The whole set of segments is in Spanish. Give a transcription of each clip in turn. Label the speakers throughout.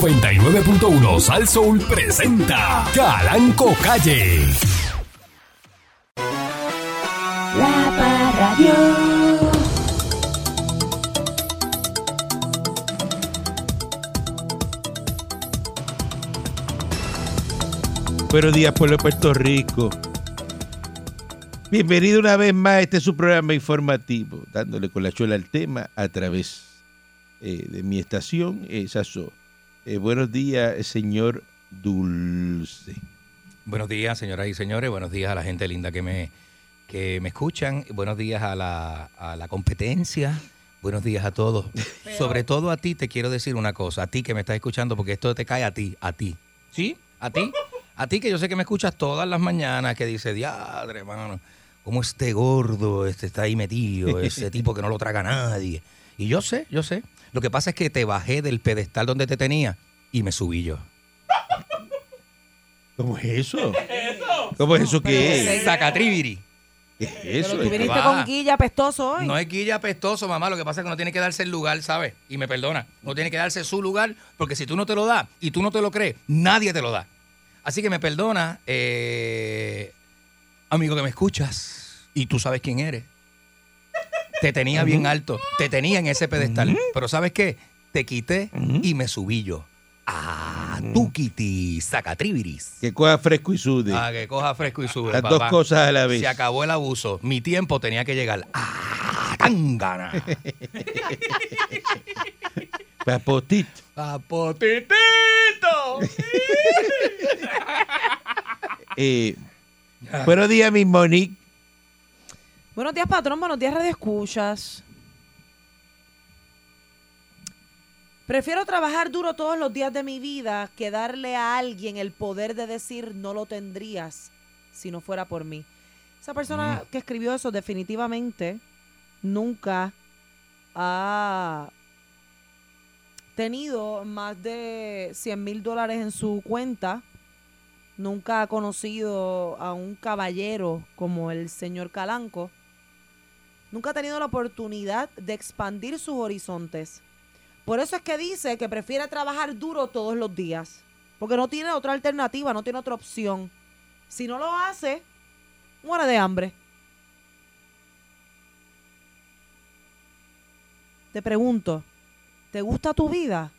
Speaker 1: 99.1 Sal Soul presenta Calanco Calle.
Speaker 2: La Parradio.
Speaker 3: Buenos días, pueblo de Puerto Rico. Bienvenido una vez más a este su programa informativo, dándole con la chola al tema a través eh, de mi estación, eh, Sasso. Eh, buenos días, señor Dulce.
Speaker 4: Buenos días, señoras y señores. Buenos días a la gente linda que me, que me escuchan. Buenos días a la, a la competencia. Buenos días a todos. Sobre todo a ti te quiero decir una cosa, a ti que me estás escuchando, porque esto te cae a ti, a ti. ¿Sí? A ti. A ti que yo sé que me escuchas todas las mañanas, que dice, diadre, hermano, cómo este gordo este está ahí metido, ese tipo que no lo traga nadie. Y yo sé, yo sé. Lo que pasa es que te bajé del pedestal donde te tenía y me subí yo.
Speaker 3: ¿Cómo es eso? ¿Cómo es eso que es?
Speaker 4: Sacatribiri.
Speaker 3: ¿Qué es eso?
Speaker 2: Pero tú viniste
Speaker 4: va.
Speaker 2: con Guilla pestoso hoy.
Speaker 4: No es guilla apestoso, mamá. Lo que pasa es que no tiene que darse el lugar, ¿sabes? Y me perdona. No tiene que darse su lugar, porque si tú no te lo das y tú no te lo crees, nadie te lo da. Así que me perdona, eh, amigo que me escuchas, y tú sabes quién eres. Te tenía bien alto, te tenía en ese pedestal. Pero ¿sabes qué? Te quité y me subí yo. Ah, tú quitis, sacatribiris.
Speaker 3: Que coja fresco y sude.
Speaker 4: Ah, que coja fresco y sube.
Speaker 3: Las dos
Speaker 4: papá.
Speaker 3: cosas a la vez.
Speaker 4: Se acabó el abuso. Mi tiempo tenía que llegar. ¡Ah! ¡Tangana!
Speaker 3: Papotit.
Speaker 4: ¡Papotitito!
Speaker 3: Eh, buenos días, mi Monique.
Speaker 2: Buenos días, patrón. Buenos días, Radio Escuchas. Prefiero trabajar duro todos los días de mi vida que darle a alguien el poder de decir no lo tendrías si no fuera por mí. Esa persona que escribió eso definitivamente nunca ha tenido más de 100 mil dólares en su cuenta. Nunca ha conocido a un caballero como el señor Calanco. Nunca ha tenido la oportunidad de expandir sus horizontes. Por eso es que dice que prefiere trabajar duro todos los días. Porque no tiene otra alternativa, no tiene otra opción. Si no lo hace, muere de hambre. Te pregunto, ¿te gusta tu vida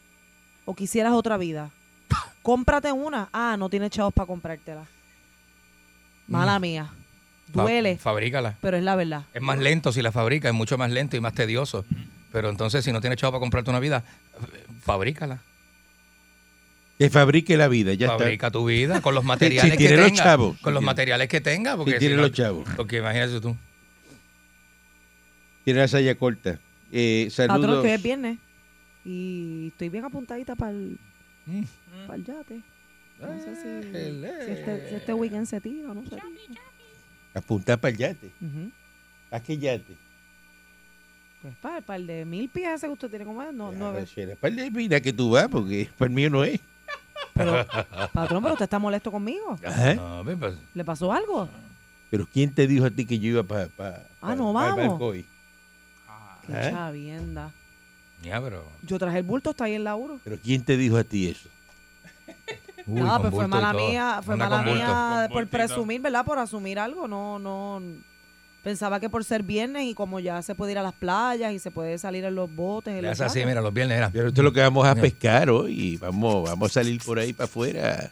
Speaker 2: o quisieras otra vida? Cómprate una. Ah, no tienes chavos para comprártela. Mala mía. Duele,
Speaker 4: fabrícala.
Speaker 2: pero es la verdad.
Speaker 4: Es más lento si la fabrica, es mucho más lento y más tedioso. Pero entonces, si no tienes chavo para comprarte una vida, eh, fabrícala.
Speaker 3: Que fabrique la vida, ya
Speaker 4: Fabrica tu vida con los materiales
Speaker 3: si
Speaker 4: que
Speaker 3: tiene
Speaker 4: tenga.
Speaker 3: los chavos.
Speaker 4: Con los
Speaker 3: Si tiene-
Speaker 4: materiales que tenga. Porque
Speaker 3: si tiene
Speaker 4: no-
Speaker 3: los chavos.
Speaker 4: Porque imagínate tú.
Speaker 3: está. Tiene la saya corta. Eh,
Speaker 2: Patrón,
Speaker 3: saludos.
Speaker 2: que hoy es viernes. Y estoy bien apuntadita para el,
Speaker 4: Mm.
Speaker 2: yate. No sé si, si este, si este weekend se tira o no se tira.
Speaker 3: Apuntar para el yate.
Speaker 2: Ujú.
Speaker 3: ¿A qué yate?
Speaker 2: Pues para el par de mil pies ese que usted tiene como es, no,
Speaker 3: Ya,
Speaker 2: nueve.
Speaker 3: Rachel, Para el de mira que tú vas, porque para el mío no es.
Speaker 2: Pero, patrón, pero usted está molesto conmigo.
Speaker 3: Ajá.
Speaker 4: No, ven, pues,
Speaker 2: ¿Le pasó algo?
Speaker 3: Ah, Pero ¿quién te dijo a ti que yo iba para
Speaker 2: Ah, no, vamos. Ah, Qué
Speaker 3: ¿Eh?
Speaker 2: chavienda.
Speaker 4: ya, pero.
Speaker 2: Yo traje el bulto, está ahí el lauro.
Speaker 3: Pero ¿quién te dijo a ti eso?
Speaker 4: Uy,
Speaker 2: no,
Speaker 4: con
Speaker 2: pero pues, fue
Speaker 4: bulto y
Speaker 2: mala
Speaker 4: todo.
Speaker 2: mía, fue
Speaker 4: Anda
Speaker 2: mala
Speaker 4: con bulto.
Speaker 2: mía
Speaker 5: Con
Speaker 2: por
Speaker 5: bultito.
Speaker 2: presumir, ¿verdad? Por asumir algo, no, no. Pensaba que por ser viernes y como ya se puede ir a las playas y se puede salir en los botes. En
Speaker 4: Le
Speaker 2: los
Speaker 4: hace así,
Speaker 2: yates.
Speaker 4: mira, los viernes era.
Speaker 3: Pero esto es lo que vamos a
Speaker 4: Ya.
Speaker 3: pescar hoy. Vamos, vamos a salir por ahí para afuera.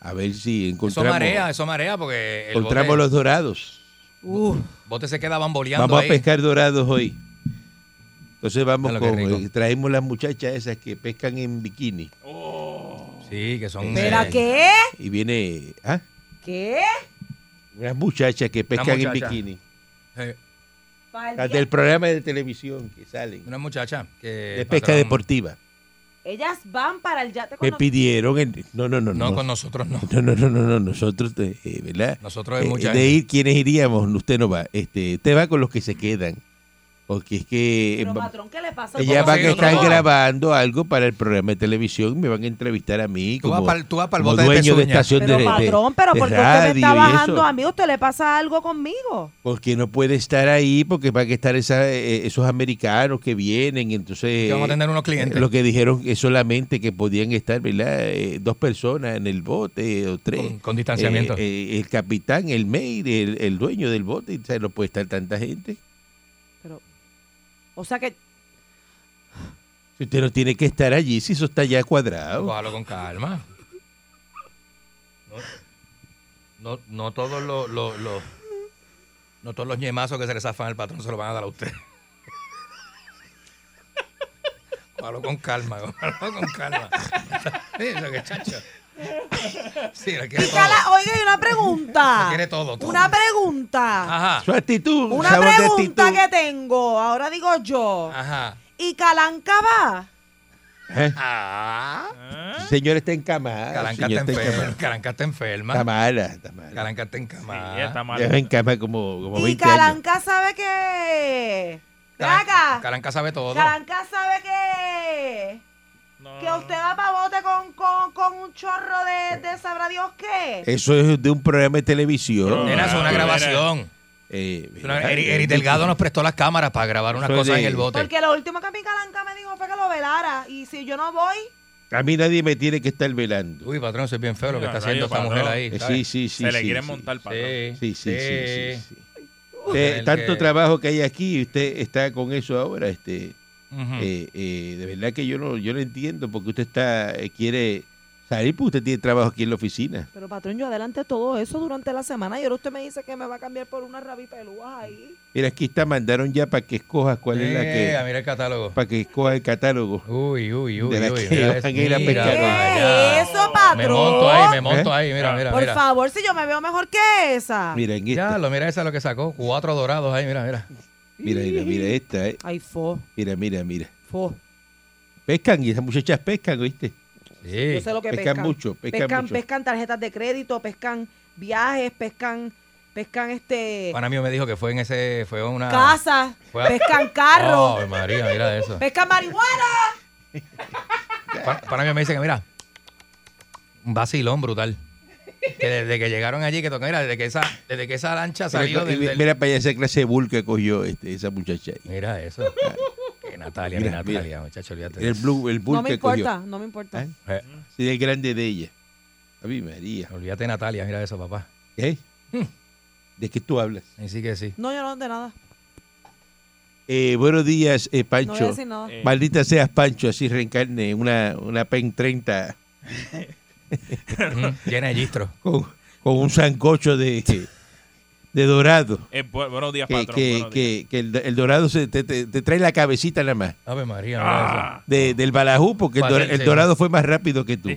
Speaker 3: A ver si
Speaker 4: Eso
Speaker 3: encontramos,
Speaker 4: marea, eso marea, porque el
Speaker 3: encontramos
Speaker 4: bote,
Speaker 3: los dorados.
Speaker 2: Uf.
Speaker 4: bote se queda bamboleando
Speaker 3: Vamos a
Speaker 4: ahí.
Speaker 3: pescar dorados hoy. Entonces vamos
Speaker 4: A lo que
Speaker 3: con...
Speaker 4: rico.
Speaker 3: eh, traemos las muchachas esas que pescan en bikini.
Speaker 4: Sí, que son.
Speaker 2: ¿Pero
Speaker 4: eh,
Speaker 2: qué?
Speaker 3: Y viene... ¿ah?
Speaker 2: ¿Qué?
Speaker 3: Unas muchachas que pescan en
Speaker 4: muchacha.
Speaker 3: bikini.
Speaker 4: eh,
Speaker 2: Pa'l
Speaker 3: Las
Speaker 2: día-
Speaker 3: del programa de televisión que salen.
Speaker 4: una muchacha que.
Speaker 3: de pesca
Speaker 4: patrón,
Speaker 3: deportiva.
Speaker 2: Ellas van para el yate con
Speaker 3: Me
Speaker 2: nos-
Speaker 3: pidieron... el- no, no, no,
Speaker 4: No,
Speaker 3: no.
Speaker 4: con nosotros no.
Speaker 3: No, no, no, no, no, nosotros, eh, eh, ¿verdad?
Speaker 4: Nosotros es
Speaker 3: Eh,
Speaker 4: mucha
Speaker 3: de
Speaker 4: gente.
Speaker 3: ir, ¿quiénes iríamos? Usted no va. Este, usted va con los que se quedan. Porque es que
Speaker 2: Pero,
Speaker 3: eh, va-
Speaker 2: patrón, ¿qué le pasa?
Speaker 3: ya
Speaker 4: ¿cómo
Speaker 3: van
Speaker 4: sigue
Speaker 3: a
Speaker 4: el otro
Speaker 3: estar
Speaker 4: lado?
Speaker 3: grabando algo para el programa de televisión, me van a entrevistar a mí
Speaker 4: Tú vas
Speaker 3: como,
Speaker 4: pa'l- tú vas pa'l
Speaker 3: como
Speaker 4: bote de
Speaker 3: dueño de,
Speaker 4: pezuña.
Speaker 3: estación
Speaker 2: Pero,
Speaker 3: de, de-
Speaker 2: patrón, pero
Speaker 3: de
Speaker 2: ¿por qué usted me
Speaker 3: radio
Speaker 2: está
Speaker 3: y
Speaker 2: bajando
Speaker 3: eso.
Speaker 2: a mí? ¿Usted le pasa algo conmigo?
Speaker 3: Porque no puede estar ahí, porque van a estar esa- eh, esos americanos que vienen, entonces...
Speaker 4: Que vamos a tener unos
Speaker 3: Eh,
Speaker 4: clientes.
Speaker 3: Lo que dijeron es solamente que podían estar, ¿verdad? Eh, dos personas en el bote o tres.
Speaker 4: Con- con distanciamiento.
Speaker 3: Eh, eh, el capitán, el maid, el, el dueño del bote, o sea, no puede estar tanta gente.
Speaker 2: Pero, o sea que
Speaker 3: Si usted no tiene que estar allí, si eso está ya cuadrado.
Speaker 4: Cójalo con calma. No, no, no todos los, los- los- no todos los ñemazos que se le zafan al patrón se lo van a dar a usted. Cójalo con calma, cójalo con calma. Sí, lo que chacho. Sí, lo quiere todo.
Speaker 2: Cala, oiga, hay una pregunta.
Speaker 4: Lo quiere todo, Ah. todo.
Speaker 2: Una pregunta.
Speaker 4: Ajá,
Speaker 3: Su actitud,
Speaker 2: Una
Speaker 3: sabor de
Speaker 2: pregunta
Speaker 3: actitud.
Speaker 2: que tengo. Ahora digo yo.
Speaker 4: ajá.
Speaker 2: ¿Y Calanca va?
Speaker 3: ¿Eh?
Speaker 4: Ah,
Speaker 3: El señor está en cama. El
Speaker 4: Calanca
Speaker 3: señor está
Speaker 4: está
Speaker 3: en
Speaker 4: enferma.
Speaker 3: cama.
Speaker 4: Calanca está
Speaker 3: este Está
Speaker 4: enferma.
Speaker 3: mala, está mala.
Speaker 4: Calanca está en cama.
Speaker 5: Sí, está mal.
Speaker 3: Lleva en cama como, como
Speaker 2: ¿Y
Speaker 3: 20 años.
Speaker 2: Calanca sabe qué? Ven
Speaker 4: Calanca,
Speaker 2: acá.
Speaker 4: Calanca sabe todo.
Speaker 2: Calanca sabe qué?
Speaker 5: No,
Speaker 2: Que usted va pa' bote con, con, con un chorro de, de sabrá Dios qué.
Speaker 3: Eso es de un programa de televisión.
Speaker 4: Era
Speaker 5: eso
Speaker 4: una
Speaker 5: Ah,
Speaker 4: grabación.
Speaker 3: Eh,
Speaker 4: Una-
Speaker 3: ¿verdad? Eh,
Speaker 4: Eri, Eri Delgado nos prestó las cámaras para grabar unas
Speaker 3: Eso es
Speaker 4: cosas en
Speaker 3: de-
Speaker 4: el bote.
Speaker 2: Porque lo último que mi Calanca me dijo fue que lo velara. Y si yo no voy,
Speaker 3: A mí nadie me tiene que estar velando.
Speaker 4: Uy, patrón, eso es bien feo lo que está
Speaker 5: Mira,
Speaker 4: haciendo esta
Speaker 5: rayo,
Speaker 4: mujer
Speaker 5: patrón.
Speaker 4: ahí.
Speaker 3: Eh,
Speaker 4: ¿sabes?
Speaker 3: Sí, sí, sí.
Speaker 5: se le
Speaker 3: sí,
Speaker 5: quieren
Speaker 3: sí.
Speaker 5: montar para
Speaker 3: Sí, sí, sí, sí, sí.
Speaker 4: Tener
Speaker 3: Usted,
Speaker 4: que-
Speaker 3: tanto trabajo que hay aquí, usted está con eso ahora, este,
Speaker 4: Ujú.
Speaker 5: Mm.
Speaker 3: eh, eh, de verdad que yo no, yo no entiendo porque usted está, eh, quiere salir, pues usted tiene trabajo aquí en la oficina.
Speaker 2: Pero patrón, yo adelante todo eso durante la semana y ahora usted me dice que me va a cambiar por una rabipelúa ahí.
Speaker 3: Mira, aquí está, mandaron ya para que escojas cuál es la
Speaker 4: Eh,
Speaker 3: que,
Speaker 4: Mira el catálogo.
Speaker 3: para que escoja el catálogo.
Speaker 4: Uy, uy, uy,
Speaker 3: De la
Speaker 4: uy.
Speaker 3: que
Speaker 4: mira
Speaker 3: van
Speaker 4: eso,
Speaker 3: a ir a
Speaker 4: mira
Speaker 3: pescar.
Speaker 4: para
Speaker 2: ¿Qué es
Speaker 4: allá.
Speaker 2: eso,
Speaker 4: Me monto ahí, me
Speaker 2: patrón?
Speaker 4: monto
Speaker 3: ¿Eh?
Speaker 4: ahí, mira, mira,
Speaker 2: Por
Speaker 4: mira.
Speaker 2: favor, si yo me veo mejor que esa.
Speaker 3: Mira, en
Speaker 4: Ya,
Speaker 3: esta,
Speaker 4: lo mira esa lo que sacó. Cuatro dorados ahí, mira, mira.
Speaker 3: mira, mira, mira esta, eh.
Speaker 2: Ay, fo,
Speaker 3: mira, mira, mira.
Speaker 2: fo.
Speaker 3: Pescan y esas muchachas pescan, ¿viste?
Speaker 4: Sí.
Speaker 2: Yo sé lo que
Speaker 3: pescan
Speaker 2: pescan.
Speaker 3: mucho, pescan mucho.
Speaker 2: pescan tarjetas de crédito, pescan viajes, pescan, pescan este
Speaker 4: Pana mío me dijo que fue en ese, fue una.
Speaker 2: casas,
Speaker 4: Ah. Fue a- Oh.
Speaker 2: pescan carros,
Speaker 4: Ay, María, mira eso.
Speaker 2: pescan marihuana.
Speaker 4: Pa- Para mí me dice que, mira, un vacilón brutal. Que desde que llegaron allí, que tocan, mira, desde que esa, desde que esa lancha salió
Speaker 3: Mira,
Speaker 4: del- del-
Speaker 3: mira para allá esa clase de bull que cogió este, esa muchacha. ahí.
Speaker 4: Mira eso. Que Natalia,
Speaker 3: Mira,
Speaker 4: mira, Natalia, muchacho, olvídate. de
Speaker 3: El,
Speaker 4: eso.
Speaker 3: blue, el bull
Speaker 2: No me
Speaker 3: que
Speaker 2: importa,
Speaker 3: cogió.
Speaker 2: no me importa.
Speaker 3: ¿Eh?
Speaker 4: Eh,
Speaker 3: Sí, el grande de ella. A mí, María.
Speaker 4: olvídate de Natalia, mira eso, papá.
Speaker 3: ¿Eh?
Speaker 4: Hmm.
Speaker 3: ¿De qué tú hablas?
Speaker 4: Así que sí.
Speaker 2: No, yo no de nada.
Speaker 3: Eh, buenos días, eh,
Speaker 2: No voy a
Speaker 3: Pancho.
Speaker 2: decir nada.
Speaker 5: Eh,
Speaker 3: Maldita seas, Pancho, así reencarne una, una PEN 30
Speaker 4: Mm, llena de gistro.
Speaker 3: con, con un sancocho de, de dorado.
Speaker 5: eh, bu- buenos días,
Speaker 3: Que,
Speaker 5: patrón.
Speaker 3: que,
Speaker 5: buenos días.
Speaker 3: que, que el, el dorado se, te, te- te trae la cabecita nada más.
Speaker 4: Ave María, mira
Speaker 5: Ah,
Speaker 3: de- del balajú, porque el,
Speaker 4: Fácil,
Speaker 3: dor- el
Speaker 4: sí.
Speaker 3: dorado fue más rápido que tú.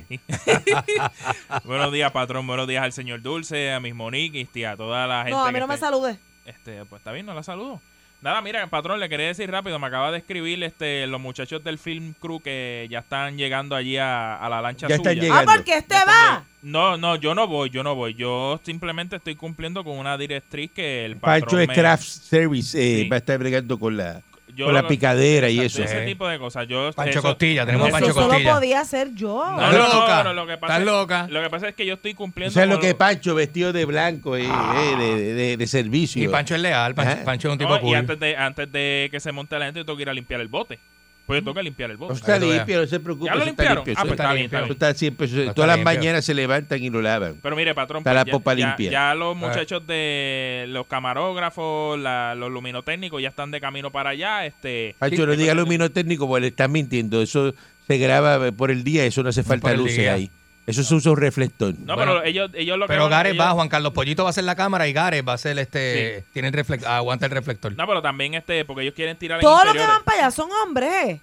Speaker 5: Ah, buenos días, patrón. Buenos días al señor Dulce, a mis Moniquis, tía, a toda la gente.
Speaker 2: No, a
Speaker 5: que
Speaker 2: mí no me
Speaker 5: esté-
Speaker 2: salude.
Speaker 5: Este, pues está bien, no la saludo. Nada, mira, patrón, le quería decir rápido, me acaba de escribir este, los muchachos del Film Crew que ya están llegando allí a, a la lancha
Speaker 3: Ya
Speaker 5: suya.
Speaker 3: están
Speaker 2: Ah,
Speaker 3: llegando.
Speaker 2: porque este va.
Speaker 5: No, no, yo no voy, yo no voy. Yo simplemente estoy cumpliendo con una directriz que el patrón
Speaker 3: Pancho es
Speaker 5: me-
Speaker 3: Craft Service, eh,
Speaker 5: Sí.
Speaker 3: va a estar bregando con la,
Speaker 5: yo
Speaker 3: con la
Speaker 5: lo-
Speaker 3: picadera y eso.
Speaker 5: Exacto, Ese
Speaker 4: ¿eh?
Speaker 5: tipo de cosas. Yo,
Speaker 4: eso. Pancho
Speaker 5: eso-
Speaker 4: Costilla, tenemos a
Speaker 5: eso
Speaker 4: Pancho
Speaker 2: Eso solo
Speaker 4: Costilla.
Speaker 2: podía ser yo.
Speaker 5: No,
Speaker 4: Estás
Speaker 5: no, no,
Speaker 4: loca,
Speaker 5: no, lo que pasa
Speaker 4: estás
Speaker 5: es-
Speaker 4: loca.
Speaker 5: Lo que pasa es que yo estoy cumpliendo.
Speaker 3: O sea, lo
Speaker 5: con
Speaker 3: que Pancho vestido de blanco, eh, eh, de, de- de- de servicio.
Speaker 4: Y Pancho es leal, Pancho,
Speaker 3: Ajá.
Speaker 4: Pancho es un tipo
Speaker 5: No, y
Speaker 4: cool.
Speaker 5: antes de, antes de que se monte la gente, yo tengo que ir a limpiar el bote. Pues yo tengo que limpiar el
Speaker 3: No
Speaker 5: bote.
Speaker 3: está
Speaker 4: Ahí lo vea.
Speaker 3: limpio, no se preocupe.
Speaker 5: ¿Ya lo
Speaker 3: eso está
Speaker 5: limpiaron?
Speaker 3: limpio,
Speaker 5: Ah,
Speaker 3: eso
Speaker 5: pues está bien, está
Speaker 3: eso
Speaker 5: bien.
Speaker 3: está siempre, eso-
Speaker 4: está
Speaker 3: todas las
Speaker 4: limpio.
Speaker 3: mañanas se levantan y lo lavan.
Speaker 5: Pero mire, patrón, pues,
Speaker 3: Está la
Speaker 5: ya-
Speaker 3: popa
Speaker 5: ya,
Speaker 3: limpia.
Speaker 5: ya los muchachos de los camarógrafos, la- los luminotécnicos ya están de camino para allá. Este,
Speaker 3: Pancho, no diga lumino técnico porque le está mintiendo. Eso se graba por el día, eso no hace falta
Speaker 4: por el
Speaker 3: luces
Speaker 4: día.
Speaker 3: ahí. Eso se usa un reflector.
Speaker 5: no, pues,
Speaker 4: Bueno,
Speaker 5: pero ellos, ellos lo que
Speaker 4: Pero
Speaker 5: van-
Speaker 4: Gares
Speaker 5: ellos-
Speaker 4: va, Juan Carlos Pollito va a ser la cámara y Gares va a ser este. Tiene el reflec- aguanta el reflector.
Speaker 5: No, pero también este, porque ellos quieren tirar en
Speaker 2: Todos los que van
Speaker 5: interiores.
Speaker 2: para allá son hombres. eh.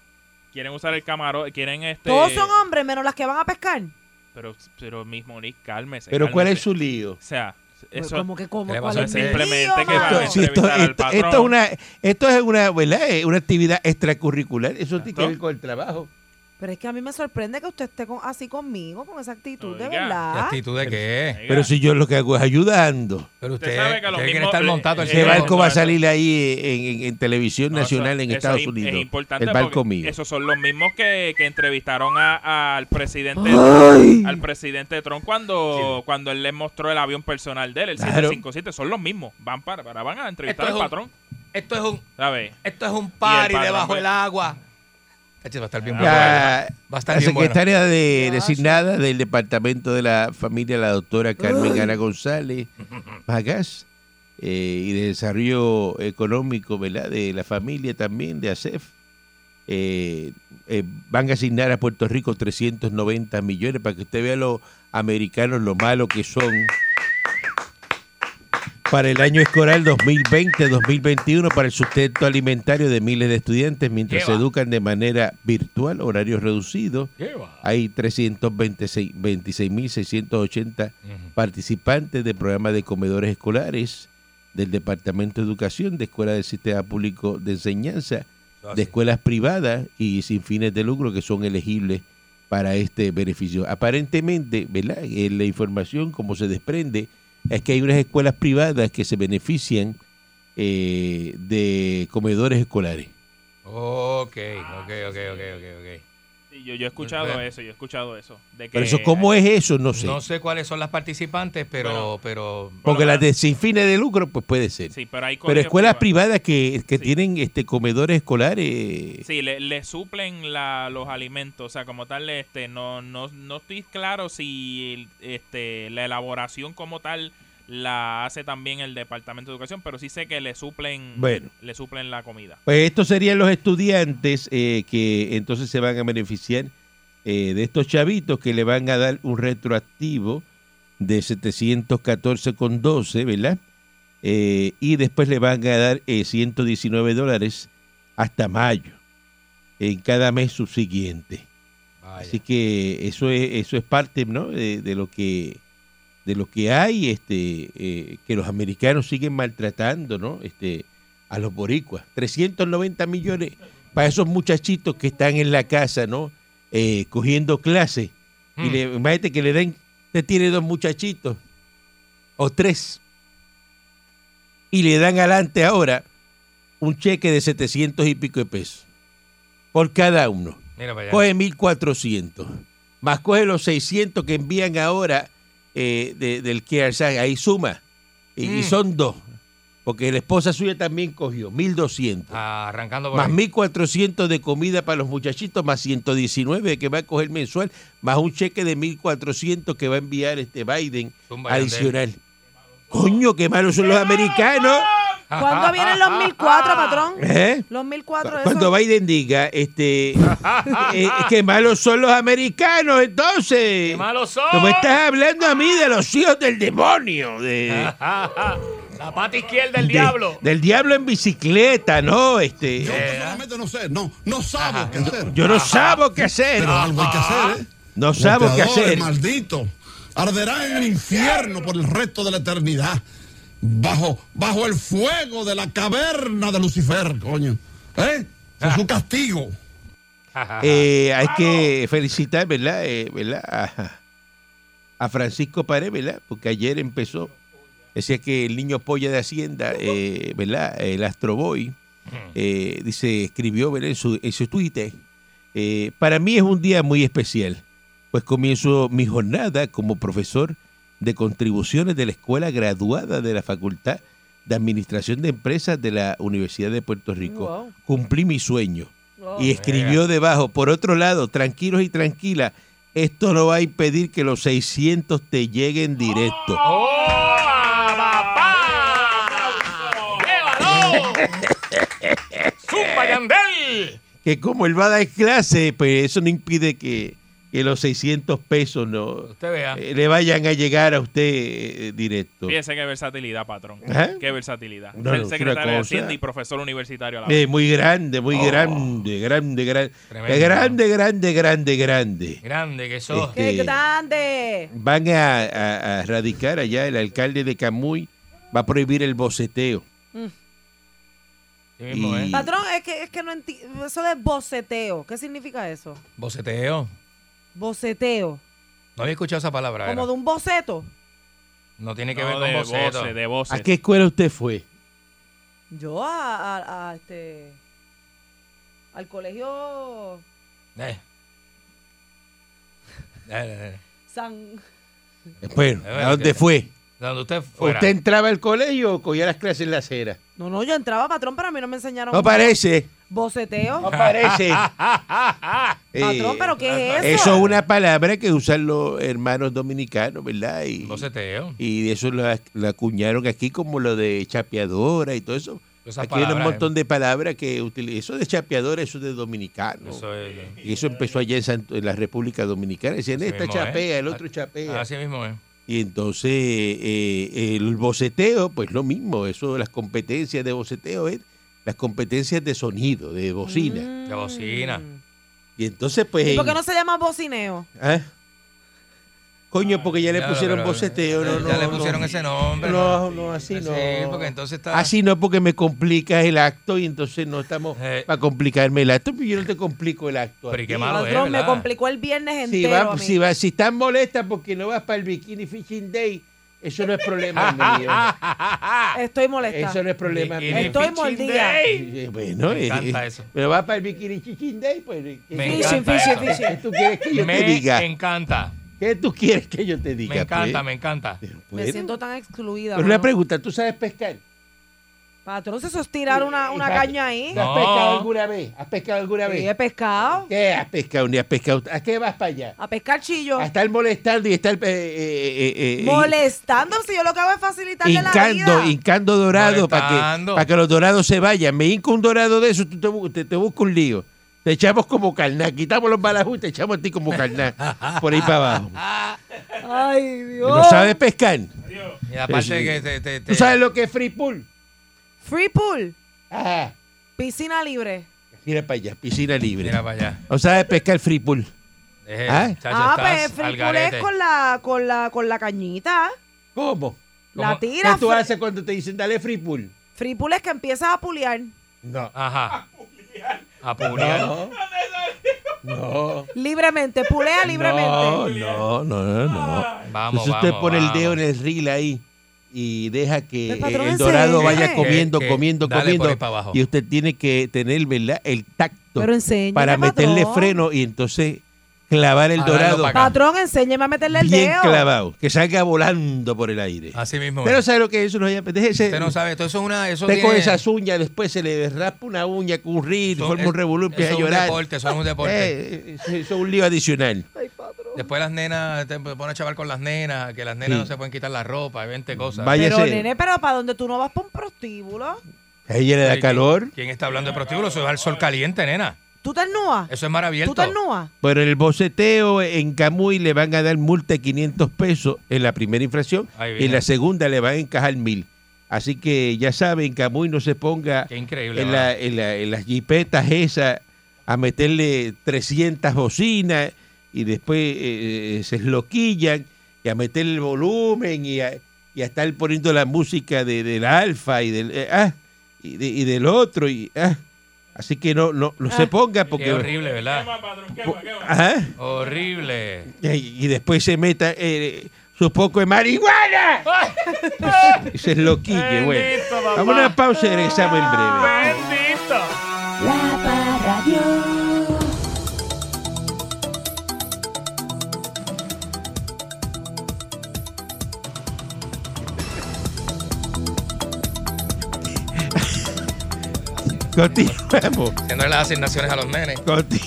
Speaker 5: Quieren usar el camarón, quieren este.
Speaker 2: Todos son hombres, menos las que van a pescar. Pues
Speaker 5: Pero, pero mismo, Monique, cálmese.
Speaker 3: Pero ¿cuál es
Speaker 5: cálmese.
Speaker 3: su lío?
Speaker 5: O sea, eso.
Speaker 2: Como que como
Speaker 4: ¿Qué le
Speaker 2: cuál
Speaker 4: pasó a
Speaker 2: es
Speaker 4: ese?
Speaker 2: mi
Speaker 5: Simplemente
Speaker 2: lío,
Speaker 5: que va-
Speaker 2: mano?
Speaker 3: Sí, esto,
Speaker 5: entrevistar al
Speaker 3: esto-
Speaker 5: patrón.
Speaker 3: esto es una, esto es una, ¿verdad? Eh, una actividad extracurricular. Eso tiene que
Speaker 5: Exacto.
Speaker 3: ver con el trabajo.
Speaker 2: Pero es que a mí me sorprende que usted esté con- así conmigo, con esa actitud, de
Speaker 5: Oiga.
Speaker 4: ¿Qué
Speaker 2: verdad.
Speaker 4: actitud de qué?
Speaker 5: Oiga,
Speaker 3: Pero si yo lo que hago es ayudando.
Speaker 4: Pero
Speaker 5: Usted
Speaker 4: usted,
Speaker 5: sabe que a los
Speaker 4: usted quiere
Speaker 5: mismos-
Speaker 4: estar montado al
Speaker 5: eh,
Speaker 3: Ese
Speaker 5: no,
Speaker 3: barco
Speaker 5: no,
Speaker 3: va a
Speaker 5: no.
Speaker 3: salir ahí en, en- en televisión
Speaker 5: no,
Speaker 3: nacional
Speaker 5: Ah, eso-
Speaker 3: en
Speaker 5: eso
Speaker 3: Estados
Speaker 5: es im-
Speaker 3: Unidos.
Speaker 5: Es importante
Speaker 3: el barco
Speaker 5: porque
Speaker 3: mío.
Speaker 5: Esos son los mismos que, que entrevistaron a- al presidente al presidente Trump cuando, cuando él les mostró el avión personal de él, el
Speaker 3: Claro.
Speaker 5: 757. Son los mismos. Van para, para- van a entrevistar
Speaker 4: Esto
Speaker 5: al
Speaker 4: es un-
Speaker 5: patrón.
Speaker 4: Esto es un,
Speaker 5: ¿Sabes?
Speaker 4: esto es un
Speaker 5: party
Speaker 4: party
Speaker 5: padre, debajo
Speaker 4: debajo
Speaker 5: pues. del
Speaker 4: del agua. Va a estar bien bueno.
Speaker 3: La,
Speaker 4: Va a estar
Speaker 3: la
Speaker 4: bien bueno.
Speaker 3: Ah, secretaria de, designada del Departamento de la Familia, la doctora Carmen Ana González Magas, eh, y de Desarrollo Económico ¿verdad? de la Familia también, de ASEF, eh, eh, van a asignar a Puerto Rico 390 millones para que usted vea a los americanos lo malo que son para el año escolar 2020-2021 para el sustento alimentario de miles de estudiantes mientras se
Speaker 4: Lleva.
Speaker 3: educan de manera virtual, horarios reducidos. Hay 326.680
Speaker 4: Ujú.
Speaker 3: participantes de programas de comedores escolares del Departamento de Educación, de Escuelas del Sistema Público de Enseñanza,
Speaker 4: Eso
Speaker 5: Ah,
Speaker 3: de
Speaker 4: así.
Speaker 3: escuelas privadas y sin fines de lucro que son elegibles para este beneficio. Aparentemente, ¿verdad? Eh, la información, como se desprende, es que hay unas escuelas privadas que se benefician eh, de comedores escolares.
Speaker 4: Ok, ok, ok, ok, ok, ok.
Speaker 5: Sí, yo, yo he escuchado
Speaker 4: Bueno.
Speaker 5: eso, yo he escuchado eso. De
Speaker 3: Pues,
Speaker 5: que,
Speaker 3: Pero eso, ¿cómo es eso? No sé.
Speaker 4: No sé cuáles son las participantes, pero,
Speaker 5: Bueno.
Speaker 4: pero
Speaker 3: Porque
Speaker 5: Bueno,
Speaker 3: las de sin fines de lucro, pues puede ser.
Speaker 5: Sí, pero hay
Speaker 3: Pero
Speaker 5: colegios
Speaker 3: escuelas
Speaker 5: privados.
Speaker 3: privadas que, que
Speaker 5: Sí.
Speaker 3: tienen este comedores escolares.
Speaker 5: Sí, le, le suplen la, los alimentos, o sea, como tal, este, no, no, no estoy claro si este, la elaboración como tal la hace también el Departamento de Educación, pero sí sé que le suplen,
Speaker 3: Bueno.
Speaker 5: le suplen la comida.
Speaker 3: Pues estos serían los estudiantes eh, que entonces se van a beneficiar eh, de estos chavitos que le van a dar un retroactivo de 714,12, ¿verdad? Eh, y después le van a dar eh, 119 dólares hasta mayo, en cada mes subsiguiente.
Speaker 4: Vaya.
Speaker 3: Así que eso es, eso es parte ¿no? de, de lo que de lo que hay, este, eh, que los americanos siguen maltratando, ¿no? Este, a los boricuas. 390 millones para esos muchachitos que están en la casa, ¿no? Eh, cogiendo clases. Y
Speaker 4: Mm.
Speaker 3: le, imagínate que le den, usted tiene dos muchachitos, o tres, y le dan adelante ahora un cheque de 700 y pico de pesos por cada uno
Speaker 4: mira para allá.
Speaker 3: coge 1400 más coge los 600 que envían ahora eh, de- del KRSA, ahí suma y, y
Speaker 4: Mm.
Speaker 3: son dos porque la esposa suya también cogió 1200
Speaker 4: Ah, Arrancando por
Speaker 3: más
Speaker 4: ahí.
Speaker 3: 1400 de comida para los muchachitos más 119 que va a coger mensual más un cheque de 1400 que va a enviar este Biden
Speaker 4: Zumba, Yandel.
Speaker 3: adicional coño qué malos son los americanos
Speaker 4: Ah,
Speaker 2: ¿Cuándo vienen los 1004, patrón?
Speaker 3: ¿Eh?
Speaker 2: Los
Speaker 3: Cu-
Speaker 2: 1004,
Speaker 3: Cuando
Speaker 2: eso.
Speaker 3: Biden diga, este, eh, que malos son los americanos, entonces.
Speaker 4: ¡Qué malos son!
Speaker 3: Como estás hablando a mí de los hijos del demonio, de,
Speaker 4: La pata izquierda del
Speaker 3: de- del diablo en bicicleta, ¿no?
Speaker 4: Eh,
Speaker 3: Este,
Speaker 6: Solamente no sé, no, no sabo qué hacer.
Speaker 3: yo no sabo qué hacer,
Speaker 6: Pero algo hay que hacer, ¿eh?
Speaker 3: no sabo qué
Speaker 6: Boteador,
Speaker 3: hacer.
Speaker 6: Maldito. Arderá en el infierno por el resto de la eternidad. Bajo, bajo el fuego de la caverna de Lucifer, coño. ¿Eh? Ese Es
Speaker 3: Ah.
Speaker 6: su castigo.
Speaker 3: Eh, hay que felicitar, ¿verdad? Eh, ¿verdad? A, a Francisco Pared, ¿verdad? Porque ayer empezó, decía que el niño polla de Hacienda, eh, ¿verdad? El Astroboy, eh, dice, escribió ¿verdad? En, su, en su Twitter, eh, para mí es un día muy especial, pues comienzo mi jornada como profesor de contribuciones de la escuela graduada de la Facultad de Administración de Empresas de la Universidad de Puerto Rico.
Speaker 2: Wow.
Speaker 3: Cumplí mi sueño.
Speaker 4: Oh.
Speaker 2: Wow.
Speaker 3: Y escribió debajo, por otro lado, tranquilos y tranquila, esto no va a impedir que los 600 te lleguen directo.
Speaker 4: ¡Oh, papá! ¡Llévalo! ¡Zumba, Yandel!
Speaker 3: Que como él va a dar clase, pues eso no impide que, que los 600 pesos no
Speaker 4: Usted vea.
Speaker 3: eh, le vayan a llegar a usted eh, directo.
Speaker 5: Fíjese qué versatilidad, patrón.
Speaker 3: Ajá.
Speaker 5: Qué versatilidad.
Speaker 3: No,
Speaker 5: Ser
Speaker 3: no, es ¿Eh? una
Speaker 5: secretario de
Speaker 3: cosa.
Speaker 5: Hacienda y profesor universitario a la vez.
Speaker 3: Eh, muy grande, muy grande, grande, grande,
Speaker 4: Oh. Tremendo,
Speaker 3: grande, grande, grande, grande.
Speaker 4: Grande que sos.
Speaker 3: Este-
Speaker 2: ¡Qué
Speaker 3: Eh.
Speaker 2: grande!
Speaker 3: Van a, a- a radicar allá el alcalde de Camuy, va a prohibir el boceteo.
Speaker 5: Sí mismo,
Speaker 3: Y-
Speaker 5: ¿eh?
Speaker 2: Patrón, es que, es que no entiendo. Eso de boceteo. ¿Qué significa eso?
Speaker 4: Boceteo.
Speaker 2: Boceteo.
Speaker 4: No había escuchado esa palabra.
Speaker 2: Como
Speaker 4: era.
Speaker 2: de un boceto.
Speaker 4: No tiene que
Speaker 5: No,
Speaker 4: ver con
Speaker 5: de
Speaker 4: boceto.
Speaker 5: voces, de voces.
Speaker 3: ¿A qué escuela usted fue?
Speaker 2: Yo a, a- a, este. Al colegio
Speaker 4: Eh. Eh, eh, eh.
Speaker 2: San.
Speaker 3: Bueno, ¿a dónde fue?
Speaker 4: Donde usted fuera.
Speaker 3: ¿Usted entraba al colegio o cogía las clases en la acera?
Speaker 2: No, no, yo entraba patrón, pero a mí no me enseñaron.
Speaker 3: No parece,
Speaker 2: Boceteo.
Speaker 3: no parece. Eh,
Speaker 2: Patrón, pero ¿qué es eso?
Speaker 3: Eso es una palabra que usan los hermanos dominicanos, ¿verdad? Y,
Speaker 4: Boceteo.
Speaker 3: y de eso la, la acuñaron aquí como lo de chapeadora y todo eso.
Speaker 4: Esas
Speaker 3: aquí hay un
Speaker 4: palabras, eh.
Speaker 3: montón de palabras que utilizan. Eso de chapeadora, eso de dominicano.
Speaker 4: eh, Eso es.
Speaker 3: Y eso empezó allá en, Santo- en la República Dominicana. Decían,
Speaker 4: Así
Speaker 3: esta
Speaker 4: mismo,
Speaker 3: chapea,
Speaker 4: ¿eh?
Speaker 3: el otro chapea.
Speaker 4: Así mismo es.
Speaker 3: Y entonces eh, el boceteo, pues lo mismo, eso, las competencias de boceteo es las competencias de sonido, de bocina.
Speaker 2: Mm.
Speaker 4: De bocina.
Speaker 3: Y entonces, pues.
Speaker 2: ¿Y por qué
Speaker 3: en-
Speaker 2: no se llama bocineo?
Speaker 3: ¿Ah? Coño, porque ya le
Speaker 4: Ya,
Speaker 3: pusieron
Speaker 4: pero-
Speaker 3: boceteo, no, no.
Speaker 4: Ya le
Speaker 3: no.
Speaker 4: pusieron ese nombre.
Speaker 3: No, no, así no.
Speaker 4: Sí, porque entonces está.
Speaker 3: Así no, porque me complicas el acto y entonces no estamos
Speaker 4: Eh.
Speaker 3: para complicarme el acto, pero yo no te complico el acto. a
Speaker 4: Pero y
Speaker 3: ti.
Speaker 4: qué malo es,
Speaker 2: patrón, me
Speaker 4: ¿verdad?
Speaker 2: complicó el viernes
Speaker 3: si,
Speaker 2: entero. a
Speaker 3: va,
Speaker 2: mí.
Speaker 3: si, va, si estás molesta porque no vas para el Bikini Fishing Day, eso no es problema mío.
Speaker 2: Estoy molesta.
Speaker 3: Eso no es problema mío.
Speaker 4: Bikini
Speaker 2: Estoy
Speaker 4: Fishing
Speaker 2: mordida.
Speaker 4: Day.
Speaker 3: Eh, Bueno,
Speaker 4: Me encanta
Speaker 3: eh,
Speaker 4: eso.
Speaker 3: Pero vas para el Bikini Fishing Day, pues. ¿qué-
Speaker 4: Me
Speaker 3: qué-
Speaker 2: Fishing,
Speaker 4: encanta
Speaker 2: fishing,
Speaker 4: eso.
Speaker 2: fishing.
Speaker 3: ¿Qué tú quieres que yo
Speaker 4: Me
Speaker 3: te diga?
Speaker 4: encanta.
Speaker 3: ¿Qué tú quieres que yo te diga?
Speaker 4: Me encanta,
Speaker 3: pues?
Speaker 4: me encanta.
Speaker 3: Pero,
Speaker 2: me
Speaker 3: bueno,
Speaker 2: siento tan excluida.
Speaker 3: pero una
Speaker 2: mano.
Speaker 3: pregunta, ¿tú sabes pescar?
Speaker 2: Patrón, ¿se sostirar una, una
Speaker 3: Exacto.
Speaker 2: caña ahí?
Speaker 3: ¿Has
Speaker 4: No.
Speaker 3: pescado alguna vez? ¿Has pescado alguna
Speaker 2: Sí,
Speaker 3: vez?
Speaker 2: he pescado.
Speaker 3: ¿Qué has pescado? Ni has pescado. ¿A qué vas para allá?
Speaker 2: A pescar chillo.
Speaker 3: A estar molestando y estar... eh, eh, eh, eh,
Speaker 2: Molestando, si yo lo que hago es facilitarle la
Speaker 3: Hincando,
Speaker 2: vida.
Speaker 3: hincando dorado para que,
Speaker 4: Molestando.
Speaker 3: pa' que los dorados se vayan. Me hinco un dorado de eso, tú te, bu- te, te busco un lío. Te echamos como carná, quitamos los balajos y te echamos a ti como carná. por ahí para abajo.
Speaker 2: Ay, Dios.
Speaker 3: No sabes pescar.
Speaker 4: Y aparte
Speaker 3: Pues Sí, sí.
Speaker 4: que te, te-
Speaker 3: ¿Tú
Speaker 4: te-
Speaker 3: sabes lo que es free pool?
Speaker 2: Free pool.
Speaker 3: Ajá.
Speaker 2: Piscina libre.
Speaker 3: Mira para allá, piscina libre.
Speaker 4: Mira para allá.
Speaker 3: No sabes pescar free pool.
Speaker 4: Eh,
Speaker 3: ¿Ah?
Speaker 4: chacho,
Speaker 2: ah,
Speaker 4: estás
Speaker 2: pues
Speaker 4: al
Speaker 2: free pool
Speaker 4: garete.
Speaker 2: es con la, con la, con la cañita.
Speaker 3: ¿Cómo?
Speaker 2: La
Speaker 4: ¿Cómo?
Speaker 3: ¿Qué
Speaker 2: tira.
Speaker 3: tú
Speaker 2: fr-
Speaker 3: haces cuando te dicen dale free pool?
Speaker 2: Free pool es que empiezas a puliar.
Speaker 3: No.
Speaker 4: Ajá. A puliar.
Speaker 3: No. No.
Speaker 2: Libremente, pulea
Speaker 3: No,
Speaker 2: libremente.
Speaker 3: no, no, no, no.
Speaker 4: Vamos,
Speaker 3: Entonces usted
Speaker 4: vamos,
Speaker 3: pone el
Speaker 4: vamos.
Speaker 3: dedo en el reel ahí y deja que
Speaker 2: Pero, patrón,
Speaker 3: eh, el
Speaker 2: ¿en
Speaker 3: dorado
Speaker 2: serio?
Speaker 3: vaya
Speaker 2: Que-
Speaker 3: comiendo,
Speaker 4: que-
Speaker 3: comiendo,
Speaker 4: dale por ahí
Speaker 3: comiendo.
Speaker 4: para abajo.
Speaker 3: Y usted tiene que tener, ¿verdad? El tacto
Speaker 2: Pero enséñame,
Speaker 3: para meterle
Speaker 2: patrón.
Speaker 3: freno y entonces clavar el
Speaker 4: A darlo
Speaker 3: dorado
Speaker 4: para acá.
Speaker 2: Patrón, enséñeme a meterle el
Speaker 3: bien
Speaker 2: dedo.
Speaker 3: clavado, que salga volando por el aire.
Speaker 4: Así mismo.
Speaker 3: Usted no sabe lo que es eso, no, déjese.
Speaker 4: Ah, Usted no sabe. Entonces una, eso
Speaker 3: Usted con
Speaker 4: tiene-
Speaker 3: esas uñas, después se le raspa una uña, con un reel,
Speaker 4: eso-
Speaker 3: forma un revolú, empieza a
Speaker 4: Eso es un
Speaker 3: llorar.
Speaker 4: deporte, eso es un deporte.
Speaker 3: Eh, eso- eso es un lío adicional.
Speaker 4: Después las nenas, te pones a chaval con las nenas, que las nenas
Speaker 3: Sí.
Speaker 4: no se pueden quitar la ropa, hay 20 cosas.
Speaker 3: Vaya-
Speaker 2: Pero,
Speaker 3: Cállese.
Speaker 2: nene, pero para donde tú no vas para un prostíbulo,
Speaker 3: A ella le
Speaker 4: Ay,
Speaker 3: da
Speaker 4: ¿quién-
Speaker 3: calor.
Speaker 4: ¿Quién está hablando de prostíbulo? Eso es al sol caliente, nena.
Speaker 2: tú te ennúas.
Speaker 4: Eso es mar abierto.
Speaker 2: Tú te ennúas.
Speaker 3: Por el boceteo en Camuy le van a dar multa de 500 pesos en la primera infracción
Speaker 4: Ahí
Speaker 3: y en
Speaker 4: viene.
Speaker 3: la segunda le van a encajar mil. Así que ya saben, Camuy no se ponga
Speaker 4: Qué increíble.
Speaker 3: en,
Speaker 4: mano.
Speaker 3: la- en la- en las jipetas esas a meterle 300 bocinas y después eh, eh, se loquillan y a meterle el volumen y a, y a estar poniendo la música de- del alfa y del eh, ah, y, de- y del otro y ah. así que no no, no se ponga
Speaker 4: Qué
Speaker 3: porque
Speaker 4: Ah. horrible, ¿verdad?
Speaker 3: Ajá.
Speaker 4: Horrible.
Speaker 3: y, Eh, y después se meta eh, su poco de marihuana y se loquille bueno
Speaker 5: Bendito, papá.
Speaker 3: vamos a una pausa y regresamos en breve
Speaker 5: Bendito.
Speaker 7: La Parradio.
Speaker 3: continuamos
Speaker 4: Haciéndole las asignaciones a los nenes.
Speaker 3: Conti-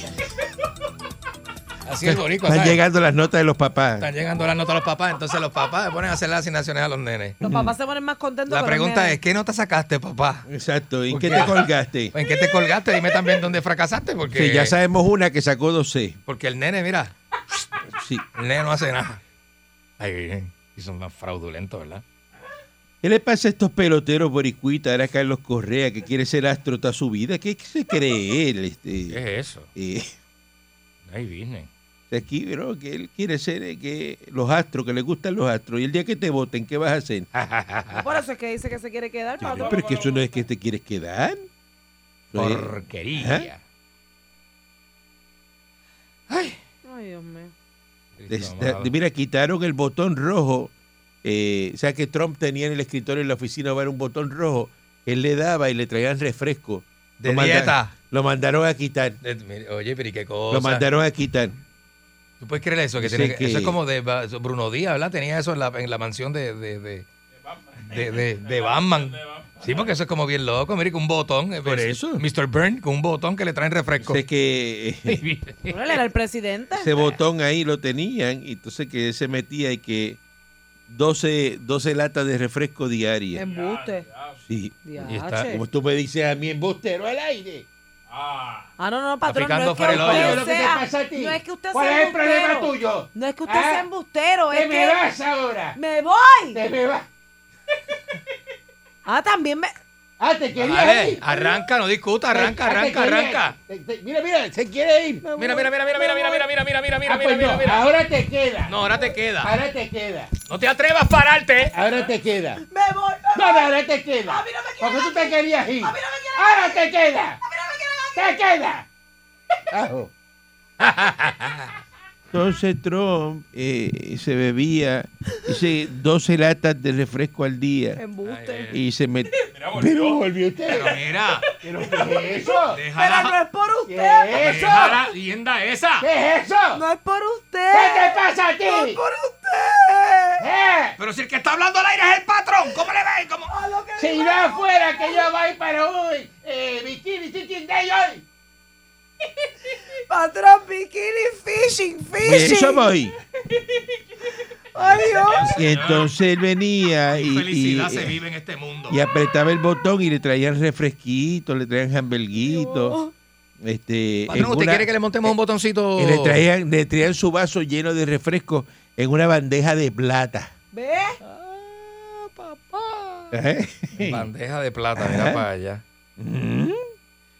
Speaker 4: Así es boricua,
Speaker 3: Están
Speaker 4: ¿sabes?
Speaker 3: llegando las notas de los papás.
Speaker 4: Están llegando las notas a los papás, entonces los papás se ponen a hacer las asignaciones a los nenes.
Speaker 3: Mm.
Speaker 2: Los papás se ponen más contentos.
Speaker 4: La
Speaker 2: que los
Speaker 4: pregunta
Speaker 2: nenes.
Speaker 4: es, ¿qué nota sacaste, papá?
Speaker 3: Exacto. ¿En
Speaker 4: ¿Por
Speaker 3: qué
Speaker 4: qué?
Speaker 3: te colgaste?
Speaker 4: ¿En qué te colgaste? Dime también dónde fracasaste, porque,
Speaker 3: Sí, ya sabemos una que sacó 12.
Speaker 4: porque el nene, mira,
Speaker 3: Sí.
Speaker 4: el nene no hace nada. Ay, bien. Y son más fraudulentos, ¿verdad?
Speaker 3: ¿Qué le pasa a estos peloteros boricuitas? Ahora Carlos Correa, que quiere ser astro toda su vida. ¿Qué, qué se cree él? Este,
Speaker 4: ¿Qué es eso?
Speaker 3: eh,
Speaker 4: Ay, business.
Speaker 3: aquí, bro, que él quiere ser eh, que los astros, que le gustan los astros. Y el día que te voten, ¿qué vas a hacer?
Speaker 2: Por eso es que dice que se quiere quedar,
Speaker 3: Yo,
Speaker 2: patrón.
Speaker 3: pero es que eso no es que te quieres quedar.
Speaker 4: Porquería.
Speaker 3: ¿Eh?
Speaker 4: Ay.
Speaker 2: Ay, Dios mío.
Speaker 3: Des- de- mira, quitaron el botón rojo. eh, o sea que Trump tenía en el escritorio en la oficina era un botón rojo. Él le daba y le traían refresco.
Speaker 4: De
Speaker 3: manda-
Speaker 4: dieta.
Speaker 3: lo mandaron a quitar.
Speaker 4: De- mire, Oye, pero ¿y qué cosa?
Speaker 3: lo mandaron a quitar.
Speaker 4: ¿Tú puedes creer eso? Que
Speaker 3: Dice
Speaker 4: tiene que- Eso
Speaker 3: que-
Speaker 4: es como de Ba- eso- Bruno Díaz, ¿verdad? Tenía eso en la, en la mansión de, de, de, de, de- de Batman. Sí, porque eso es como bien loco. Mire, que un botón. eh,
Speaker 3: Por
Speaker 4: ves,
Speaker 3: eso.
Speaker 4: Mr. Burns con un botón que le traen refresco.
Speaker 3: Sé que eh,
Speaker 2: Bueno, él era el presidente.
Speaker 3: ese botón ahí lo tenían. Y entonces que se metía y que 12, 12 latas de refresco diarias.
Speaker 4: Em-
Speaker 2: Embuste.
Speaker 3: Sí.
Speaker 4: Y está-
Speaker 2: Diache.
Speaker 3: Como tú me dices a mí, embustero al aire.
Speaker 2: Ah, no, no, patrón.
Speaker 4: picando
Speaker 2: No es, que
Speaker 4: fuera el hoyo.
Speaker 2: usted
Speaker 4: Lo
Speaker 3: que te
Speaker 2: sea-
Speaker 3: pasa a ti.
Speaker 2: no es que usted
Speaker 3: ¿Cuál
Speaker 2: sea
Speaker 3: es el problema
Speaker 2: embustero.
Speaker 3: tuyo?
Speaker 2: No es que usted
Speaker 3: ¿Ah?
Speaker 2: sea embustero. Es
Speaker 3: ¡Te me
Speaker 2: que
Speaker 3: vas ahora!
Speaker 2: me voy.
Speaker 3: ¡Te me vas!
Speaker 2: Ah, también me.
Speaker 3: ¡Ah, te quería
Speaker 4: Dale,
Speaker 3: ir!
Speaker 4: arranca, no discuta, arranca,
Speaker 3: Ah, te
Speaker 4: arranca,
Speaker 3: quería-
Speaker 4: arranca.
Speaker 3: te- te- mira, mira, se quiere ir.
Speaker 4: Mira, mira, mira, mira, mira, mira, mira, mira, mira, mira, mira,
Speaker 3: Ah, pues
Speaker 4: mira, mira,
Speaker 3: no,
Speaker 4: mira.
Speaker 3: Ahora te queda.
Speaker 4: No, ahora te queda.
Speaker 3: Ahora te queda. Ah,
Speaker 4: No te atrevas a pararte. ¿eh?
Speaker 3: Ahora te queda.
Speaker 2: Me voy. Me
Speaker 3: No,
Speaker 2: voy.
Speaker 3: no, ahora te queda.
Speaker 2: A mí no me
Speaker 3: Porque
Speaker 2: quieren
Speaker 3: tú te
Speaker 2: aquí.
Speaker 3: querías ir.
Speaker 2: A mí no me quieren
Speaker 3: Ahora te queda.
Speaker 2: Mira, me quieren aquí.
Speaker 3: ¡Te queda! Entonces Trump eh, se bebía dice, 12 latas de refresco al día
Speaker 2: Embuste.
Speaker 3: y se metía.
Speaker 5: Mira, volvió.
Speaker 3: Pero volvió usted.
Speaker 4: Pero mira,
Speaker 3: ¿Pero qué es eso?
Speaker 2: Pero no
Speaker 4: déjala.
Speaker 2: es por usted.
Speaker 3: ¿Qué es
Speaker 4: Deja
Speaker 3: eso?
Speaker 4: la leyenda esa.
Speaker 3: ¿Qué es eso?
Speaker 2: No es por
Speaker 3: ¿Qué te
Speaker 2: usted.
Speaker 3: pasa a
Speaker 2: No es
Speaker 3: ti?
Speaker 2: por usted.
Speaker 3: ¿Eh?
Speaker 4: Pero si el que está hablando al aire es el patrón, ¿cómo le ven? ¿Cómo?
Speaker 2: A lo que
Speaker 3: Si
Speaker 2: digo.
Speaker 3: no fuera que yo voy para hoy, eh, bikini, chicken day hoy.
Speaker 2: Patrón, bikini, fishing, fishing.
Speaker 3: voy.
Speaker 2: Ay, Dios.
Speaker 3: Y entonces él venía
Speaker 4: Qué
Speaker 3: y, eh, y,
Speaker 4: Felicidad se vive en este mundo.
Speaker 3: y apretaba el botón y le traían refresquito, le traían hamburguito. Este, en
Speaker 4: Patrón, ¿usted
Speaker 3: una-
Speaker 4: quiere que le montemos un botoncito?
Speaker 3: y le traían, le traían su vaso lleno de refresco en una bandeja de plata.
Speaker 2: ¿Ve?
Speaker 3: Ah, ¿Eh?
Speaker 4: Bandeja de plata,
Speaker 3: Ajá.
Speaker 4: mira para allá.
Speaker 3: Mm.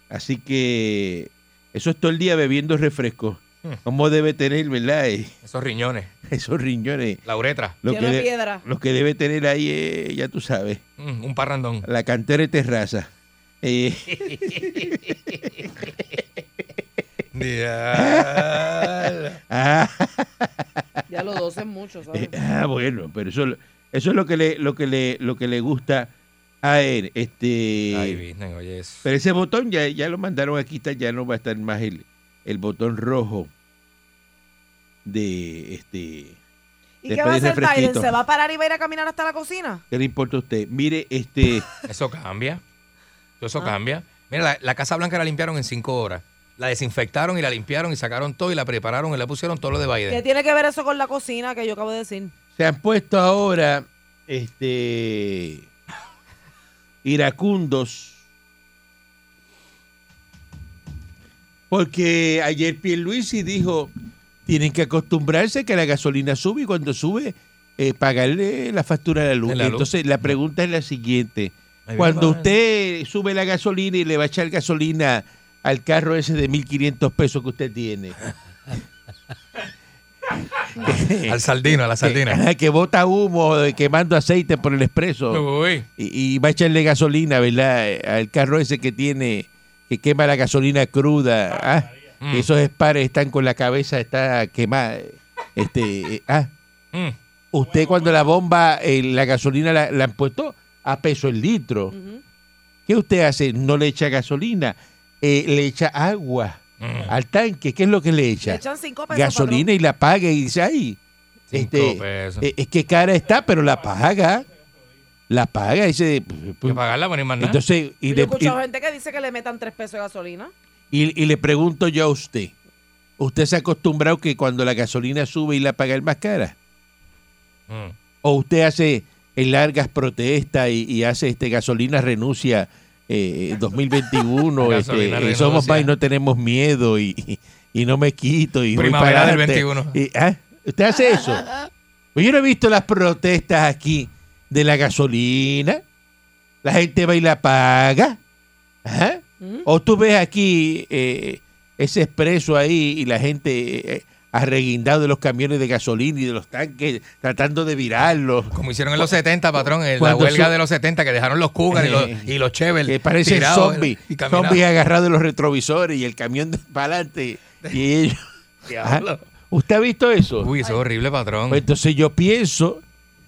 Speaker 3: Así que eso es todo el día bebiendo refresco.
Speaker 4: Hmm.
Speaker 3: ¿Cómo debe tener, verdad? Eh,
Speaker 4: Esos riñones,
Speaker 3: Esos riñones.
Speaker 4: la uretra,
Speaker 3: Lo que,
Speaker 2: Lleno de
Speaker 3: de-
Speaker 2: piedra.
Speaker 3: lo que debe tener ahí, eh, ya tú sabes,
Speaker 4: Mm, un parrandón.
Speaker 3: la cantera de terraza. Eh,
Speaker 4: Diablo.
Speaker 3: ah,
Speaker 2: Ya los dos es mucho, ¿sabes?
Speaker 3: eh, ah, bueno, pero eso, eso es lo que le, lo que le, lo que le gusta a él. Este,
Speaker 4: Ay, Virgen, oye eso.
Speaker 3: pero ese botón ya, ya lo mandaron a quitar, ya no va a estar más el, el botón rojo de este.
Speaker 2: ¿Y
Speaker 3: Le
Speaker 2: qué va a
Speaker 3: pedí
Speaker 2: hacer Biden?
Speaker 3: refresquito.
Speaker 2: ¿Se va a parar y va a ir a caminar hasta la cocina?
Speaker 3: ¿Qué le importa a usted? Mire, este.
Speaker 4: Eso cambia. Eso
Speaker 2: Ah.
Speaker 4: cambia. Mira, la, la Casa Blanca la limpiaron en cinco horas. La desinfectaron y la limpiaron y sacaron todo y la prepararon y la pusieron todo lo de
Speaker 2: ¿Qué
Speaker 4: Biden.
Speaker 2: tiene que ver eso con la cocina que yo acabo de decir?
Speaker 3: se han puesto ahora este iracundos porque ayer Pierluisi dijo tienen que acostumbrarse que la gasolina sube y cuando sube eh, pagarle la factura de la luz.
Speaker 4: De la luz.
Speaker 3: Entonces la pregunta es la siguiente.
Speaker 4: Ahí
Speaker 3: Cuando
Speaker 4: viene
Speaker 3: usted sube la gasolina y le va a echar gasolina al carro ese de 1.500 pesos que usted tiene,
Speaker 4: Al saldino, a la sardina.
Speaker 3: que bota humo de quemando aceite por el expreso,
Speaker 4: Uy.
Speaker 3: y, y va a echarle gasolina, ¿verdad? Eh, Al carro ese que tiene, que quema la gasolina cruda. ¿ah?
Speaker 4: Mm.
Speaker 3: Que Esos espares están con la cabeza, está quemada. eh, Este, eh, ah.
Speaker 4: Mm.
Speaker 3: Usted cuando la bomba, eh, la gasolina la, la han puesto a peso el litro.
Speaker 2: Ujú.
Speaker 3: ¿Qué usted hace? No le echa gasolina, eh, le echa agua
Speaker 4: mm.
Speaker 3: al tanque. ¿Qué es lo que le
Speaker 2: Le
Speaker 3: echa?
Speaker 2: echan cinco pesos.
Speaker 3: gasolina y la paga y dice, ay,
Speaker 4: Cinco
Speaker 3: este,
Speaker 4: pesos.
Speaker 3: eh, es que cara está, pero la paga. La paga, dice, pues,
Speaker 4: que pagarla, bueno, y más nada.
Speaker 3: entonces, y
Speaker 2: Y
Speaker 3: le,
Speaker 2: yo he escuchado
Speaker 3: y-
Speaker 2: gente que dice que le metan tres pesos de gasolina.
Speaker 3: y- y le pregunto yo a usted, ¿usted se ha acostumbrado que cuando la gasolina sube y la paga el más cara?
Speaker 4: Mm.
Speaker 3: ¿O usted hace eh, largas protestas y, y hace este gasolina renuncia eh, 2021?
Speaker 4: Gasolina
Speaker 3: este,
Speaker 4: renuncia.
Speaker 3: y somos más y no tenemos miedo y, y- y no me quito y voy
Speaker 4: Primavera
Speaker 3: para
Speaker 4: del
Speaker 3: adelante.
Speaker 4: 21.
Speaker 3: Y, ¿ah? ¿Usted hace eso? Pues yo no he visto las protestas aquí de la gasolina. La gente va y la paga. ¿Ah?
Speaker 2: Ujú.
Speaker 3: O tú ves aquí eh, ese expreso ahí y la gente eh, arreguindado de los camiones de gasolina y de los tanques, tratando de virarlos.
Speaker 4: Como hicieron en los 70, patrón, en la
Speaker 3: Cuando
Speaker 4: huelga
Speaker 3: su- Eh.
Speaker 4: de los 70, que dejaron los Cougars y los, y los Chevel
Speaker 3: Que parecen
Speaker 4: tirados
Speaker 3: zombies,
Speaker 4: y caminaban.
Speaker 3: zombies agarrados en los retrovisores y el camión para adelante. Y ellos.
Speaker 4: Diablo.
Speaker 3: Ah, ¿Usted ha visto eso?
Speaker 4: Uy, eso es horrible, patrón.
Speaker 3: Pues entonces yo pienso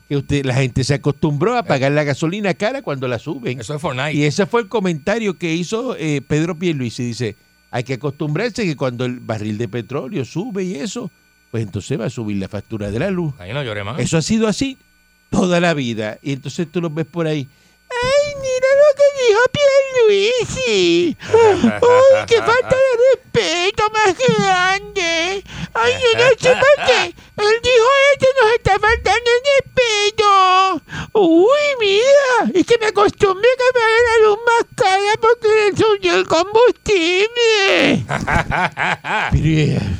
Speaker 3: que usted, la gente se acostumbró a pagar la gasolina cara cuando la suben.
Speaker 4: Eh. Eso es Fortnite.
Speaker 3: Y ese fue el comentario que hizo eh, Pedro Pierluisi. Dice, hay que acostumbrarse que cuando el barril de petróleo sube y eso, pues entonces va a subir la factura de la luz.
Speaker 4: Ahí no lloré más.
Speaker 3: Eso ha sido así toda la vida. Y entonces tú los ves por ahí. ¡Ay, mira lo que dijo Pierluisi! ¡Ay, qué falta de respeto más grande! ¡Ay, yo no sé por qué! Él dijo esto nos está faltando el respeto. ¡Uy, mira! Es que me acostumbré a que me hagan la luz más cara porque le subió el combustible. Mire, eh,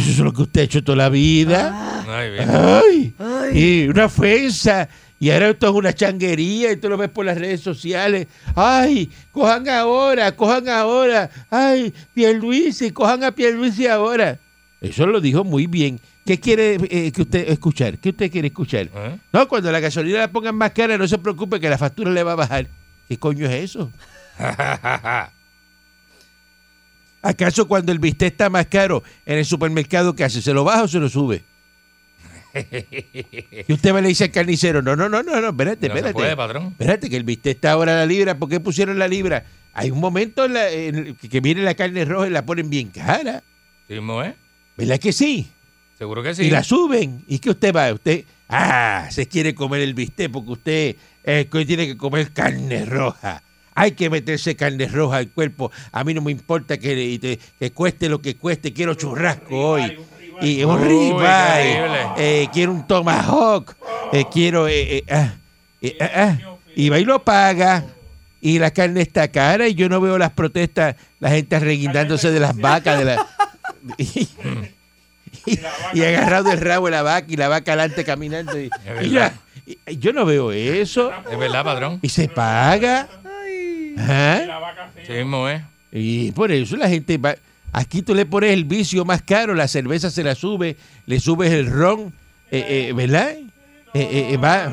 Speaker 3: eso es lo que usted ha hecho toda la vida.
Speaker 4: Ay,
Speaker 3: Ah.
Speaker 4: bien.
Speaker 3: ¡Ay! Y una ofensa. Y ahora esto es una changuería y tú lo ves por las redes sociales. ¡Ay! ¡Cojan ahora! ¡Cojan ahora! ¡Ay! ¡Pierluisi! ¡Cojan a Pierluisi ahora! Eso lo dijo muy bien. ¿Qué quiere eh, que usted escuchar? ¿Qué usted quiere escuchar?
Speaker 4: ¿Eh?
Speaker 3: No, cuando la gasolina la pongan más cara, no se preocupe que la factura le va a bajar. ¿Qué coño es eso? ¿Acaso cuando el bistec está más caro en el supermercado, qué hace? ¿Se lo baja o se lo sube? Y usted me le dice al carnicero, no, no, no, no, no, espérate,
Speaker 4: No se
Speaker 3: espérate.
Speaker 4: puede, patrón.
Speaker 3: Espérate, que el bistec está ahora a la libra, ¿por qué pusieron la libra? Hay un momento en la- en el que que viene la carne roja y la ponen bien cara,
Speaker 4: Sí, mismo, ¿eh?
Speaker 3: ¿verdad que sí?
Speaker 4: Seguro que Pues sí.
Speaker 3: Y la suben. ¿Y qué usted va? Usted, ah, se quiere comer el bistec porque usted eh, que tiene que comer carne roja. Hay que meterse carne roja al cuerpo. A mí no me importa que, y te- que cueste lo que cueste. Quiero churrasco hoy. Y un
Speaker 4: Uy,
Speaker 3: ribeye.
Speaker 4: terrible.
Speaker 3: Eh, quiero un tomahawk. Eh, quiero... eh, eh, ah, eh, ah, ah. Y va y lo paga. Y la carne está cara y yo no veo las protestas, la gente arreguindándose de las vacas, de la... y, y agarrado el rabo de la vaca y la vaca adelante caminando. Y,
Speaker 4: verdad.
Speaker 3: mira, y- yo no veo eso.
Speaker 4: Es verdad, patrón.
Speaker 3: Y se paga. Ajá.
Speaker 4: Sí, mismo, ¿eh?
Speaker 3: Y por eso la gente va. Aquí tú le pones el vicio más caro, la cerveza se la sube, le subes el ron, eh, eh, ¿verdad? Eh, eh, eh, va,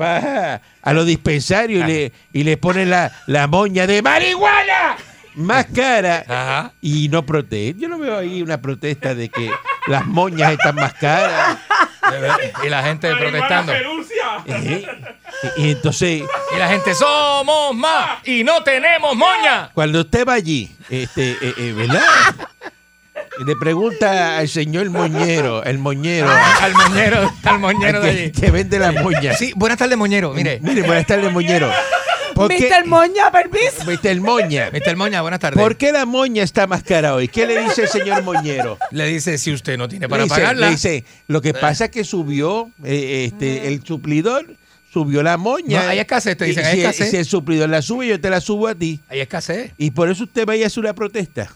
Speaker 3: va a los dispensarios y le, y le pones la, la moña de marihuana más cara.
Speaker 4: Ajá.
Speaker 3: Y no protesta. Yo no veo ahí una protesta de que las moñas están más caras.
Speaker 4: De verdad. Y la gente protestando.
Speaker 3: Eh, Y entonces,
Speaker 4: Y la gente, somos más y no tenemos moña.
Speaker 3: cuando usted va allí, este, eh, eh, ¿verdad? Y Le pregunta al señor moñero, el moñero,
Speaker 4: Al moñero, al Ah, moñero de
Speaker 3: que,
Speaker 4: allí.
Speaker 3: que vende las moñas.
Speaker 4: Sí, buenas tardes, moñero. Mire,
Speaker 3: Mire, buenas tardes, moñero. ¿Por qué,
Speaker 2: Mr. Moña, permiso.
Speaker 3: Mr. Moña.
Speaker 4: Mr. Moña, buenas tardes.
Speaker 3: ¿Por qué la moña está más cara hoy? ¿Qué le dice el señor moñero?
Speaker 4: Le dice, si usted no tiene para
Speaker 3: le dice,
Speaker 4: pagarla. Eh.
Speaker 3: le dice, lo que pasa es que subió eh, este, el suplidor, subió la moña.
Speaker 4: No, hay escasez, te
Speaker 3: Y
Speaker 4: dicen, hay
Speaker 3: si, el-
Speaker 4: escasez.
Speaker 3: si el suplidor la sube, yo te la subo a ti.
Speaker 4: Hay escasez.
Speaker 3: Y por eso usted vaya a hacer una protesta.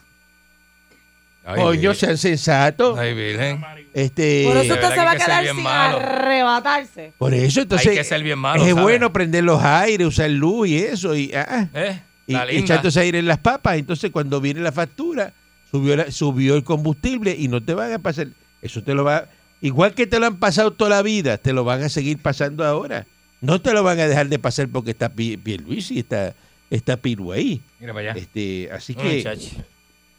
Speaker 4: Ay,
Speaker 3: Coño,
Speaker 4: virgen.
Speaker 3: sean sensatos.
Speaker 4: Ay, virgen.
Speaker 3: Este,
Speaker 2: Por
Speaker 4: verdad
Speaker 2: eso usted
Speaker 4: que
Speaker 2: se va
Speaker 4: hay
Speaker 2: a
Speaker 4: que ser
Speaker 2: quedar
Speaker 4: bien
Speaker 2: sin
Speaker 4: malo.
Speaker 2: arrebatarse.
Speaker 3: por eso, entonces.
Speaker 4: Hay que ser bien malo,
Speaker 3: Es
Speaker 4: ¿sabe?
Speaker 3: bueno prender los aires, usar luz y eso. Y, ah,
Speaker 4: ¿Eh?
Speaker 3: y,
Speaker 4: La
Speaker 3: y
Speaker 4: linda.
Speaker 3: echándose aire en las papas. Entonces, cuando viene la factura, subió, la- subió el combustible y no te van a pasar. Eso te lo va. Igual que te lo han pasado toda la vida, te lo van a seguir pasando ahora. No te lo van a dejar de pasar porque está Pi- Pierluisi, está, está Piru ahí.
Speaker 4: Mira para allá.
Speaker 3: Este, así
Speaker 4: Ay,
Speaker 3: que
Speaker 4: chachi.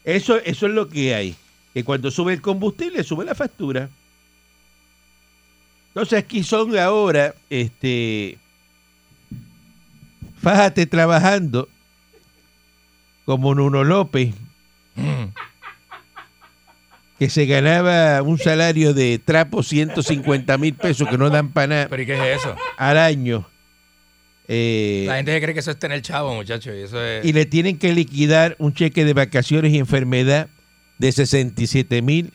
Speaker 3: eso, eso es lo que hay. Que cuando sube el combustible, sube la factura. Entonces aquí son ahora, este, fájate trabajando como Nuno López,
Speaker 4: Mm.
Speaker 3: que se ganaba un salario de trapo 150 mil pesos que no dan para nada
Speaker 4: Pero ¿y qué es eso?
Speaker 3: al año. Eh,
Speaker 4: La gente se cree que eso es tener chavo, muchachos. Y eso es.
Speaker 3: y le tienen que liquidar un cheque de vacaciones y enfermedad de 67 mil